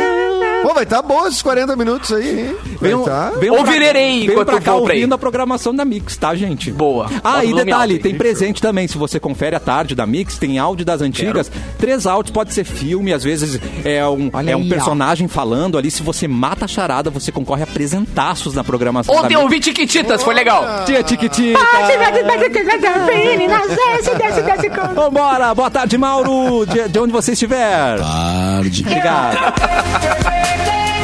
[SPEAKER 2] Pô, vai tá bom esses 40 minutos aí, hein? Vai
[SPEAKER 1] Venham,
[SPEAKER 2] tá.
[SPEAKER 1] venham um- pra-
[SPEAKER 3] Ouvirei
[SPEAKER 1] venham
[SPEAKER 3] enquanto
[SPEAKER 1] pra
[SPEAKER 3] eu
[SPEAKER 1] cá
[SPEAKER 3] vou pra aí.
[SPEAKER 1] ouvindo a programação da Mix, tá, gente?
[SPEAKER 3] Boa. Bota
[SPEAKER 1] Ah,
[SPEAKER 3] o
[SPEAKER 1] e
[SPEAKER 3] volume
[SPEAKER 1] detalhe,
[SPEAKER 3] alto aí.
[SPEAKER 1] tem presente também. Se você confere a tarde da Mix, tem áudio das antigas. Três áudios, pode ser filme, às vezes é um,
[SPEAKER 4] Olha
[SPEAKER 1] é um
[SPEAKER 4] aí, ó.
[SPEAKER 1] personagem falando ali. Se você mata a charada, você concorre a presentaços na programação da
[SPEAKER 3] Ontem eu
[SPEAKER 1] Mix.
[SPEAKER 3] ouvi Tiquititas, foi legal.
[SPEAKER 1] Tia Tiquitita! Vambora! Boa tarde, Mauro! De, de onde você estiver! Tarde. Obrigado.
[SPEAKER 7] birthday.
[SPEAKER 3] É!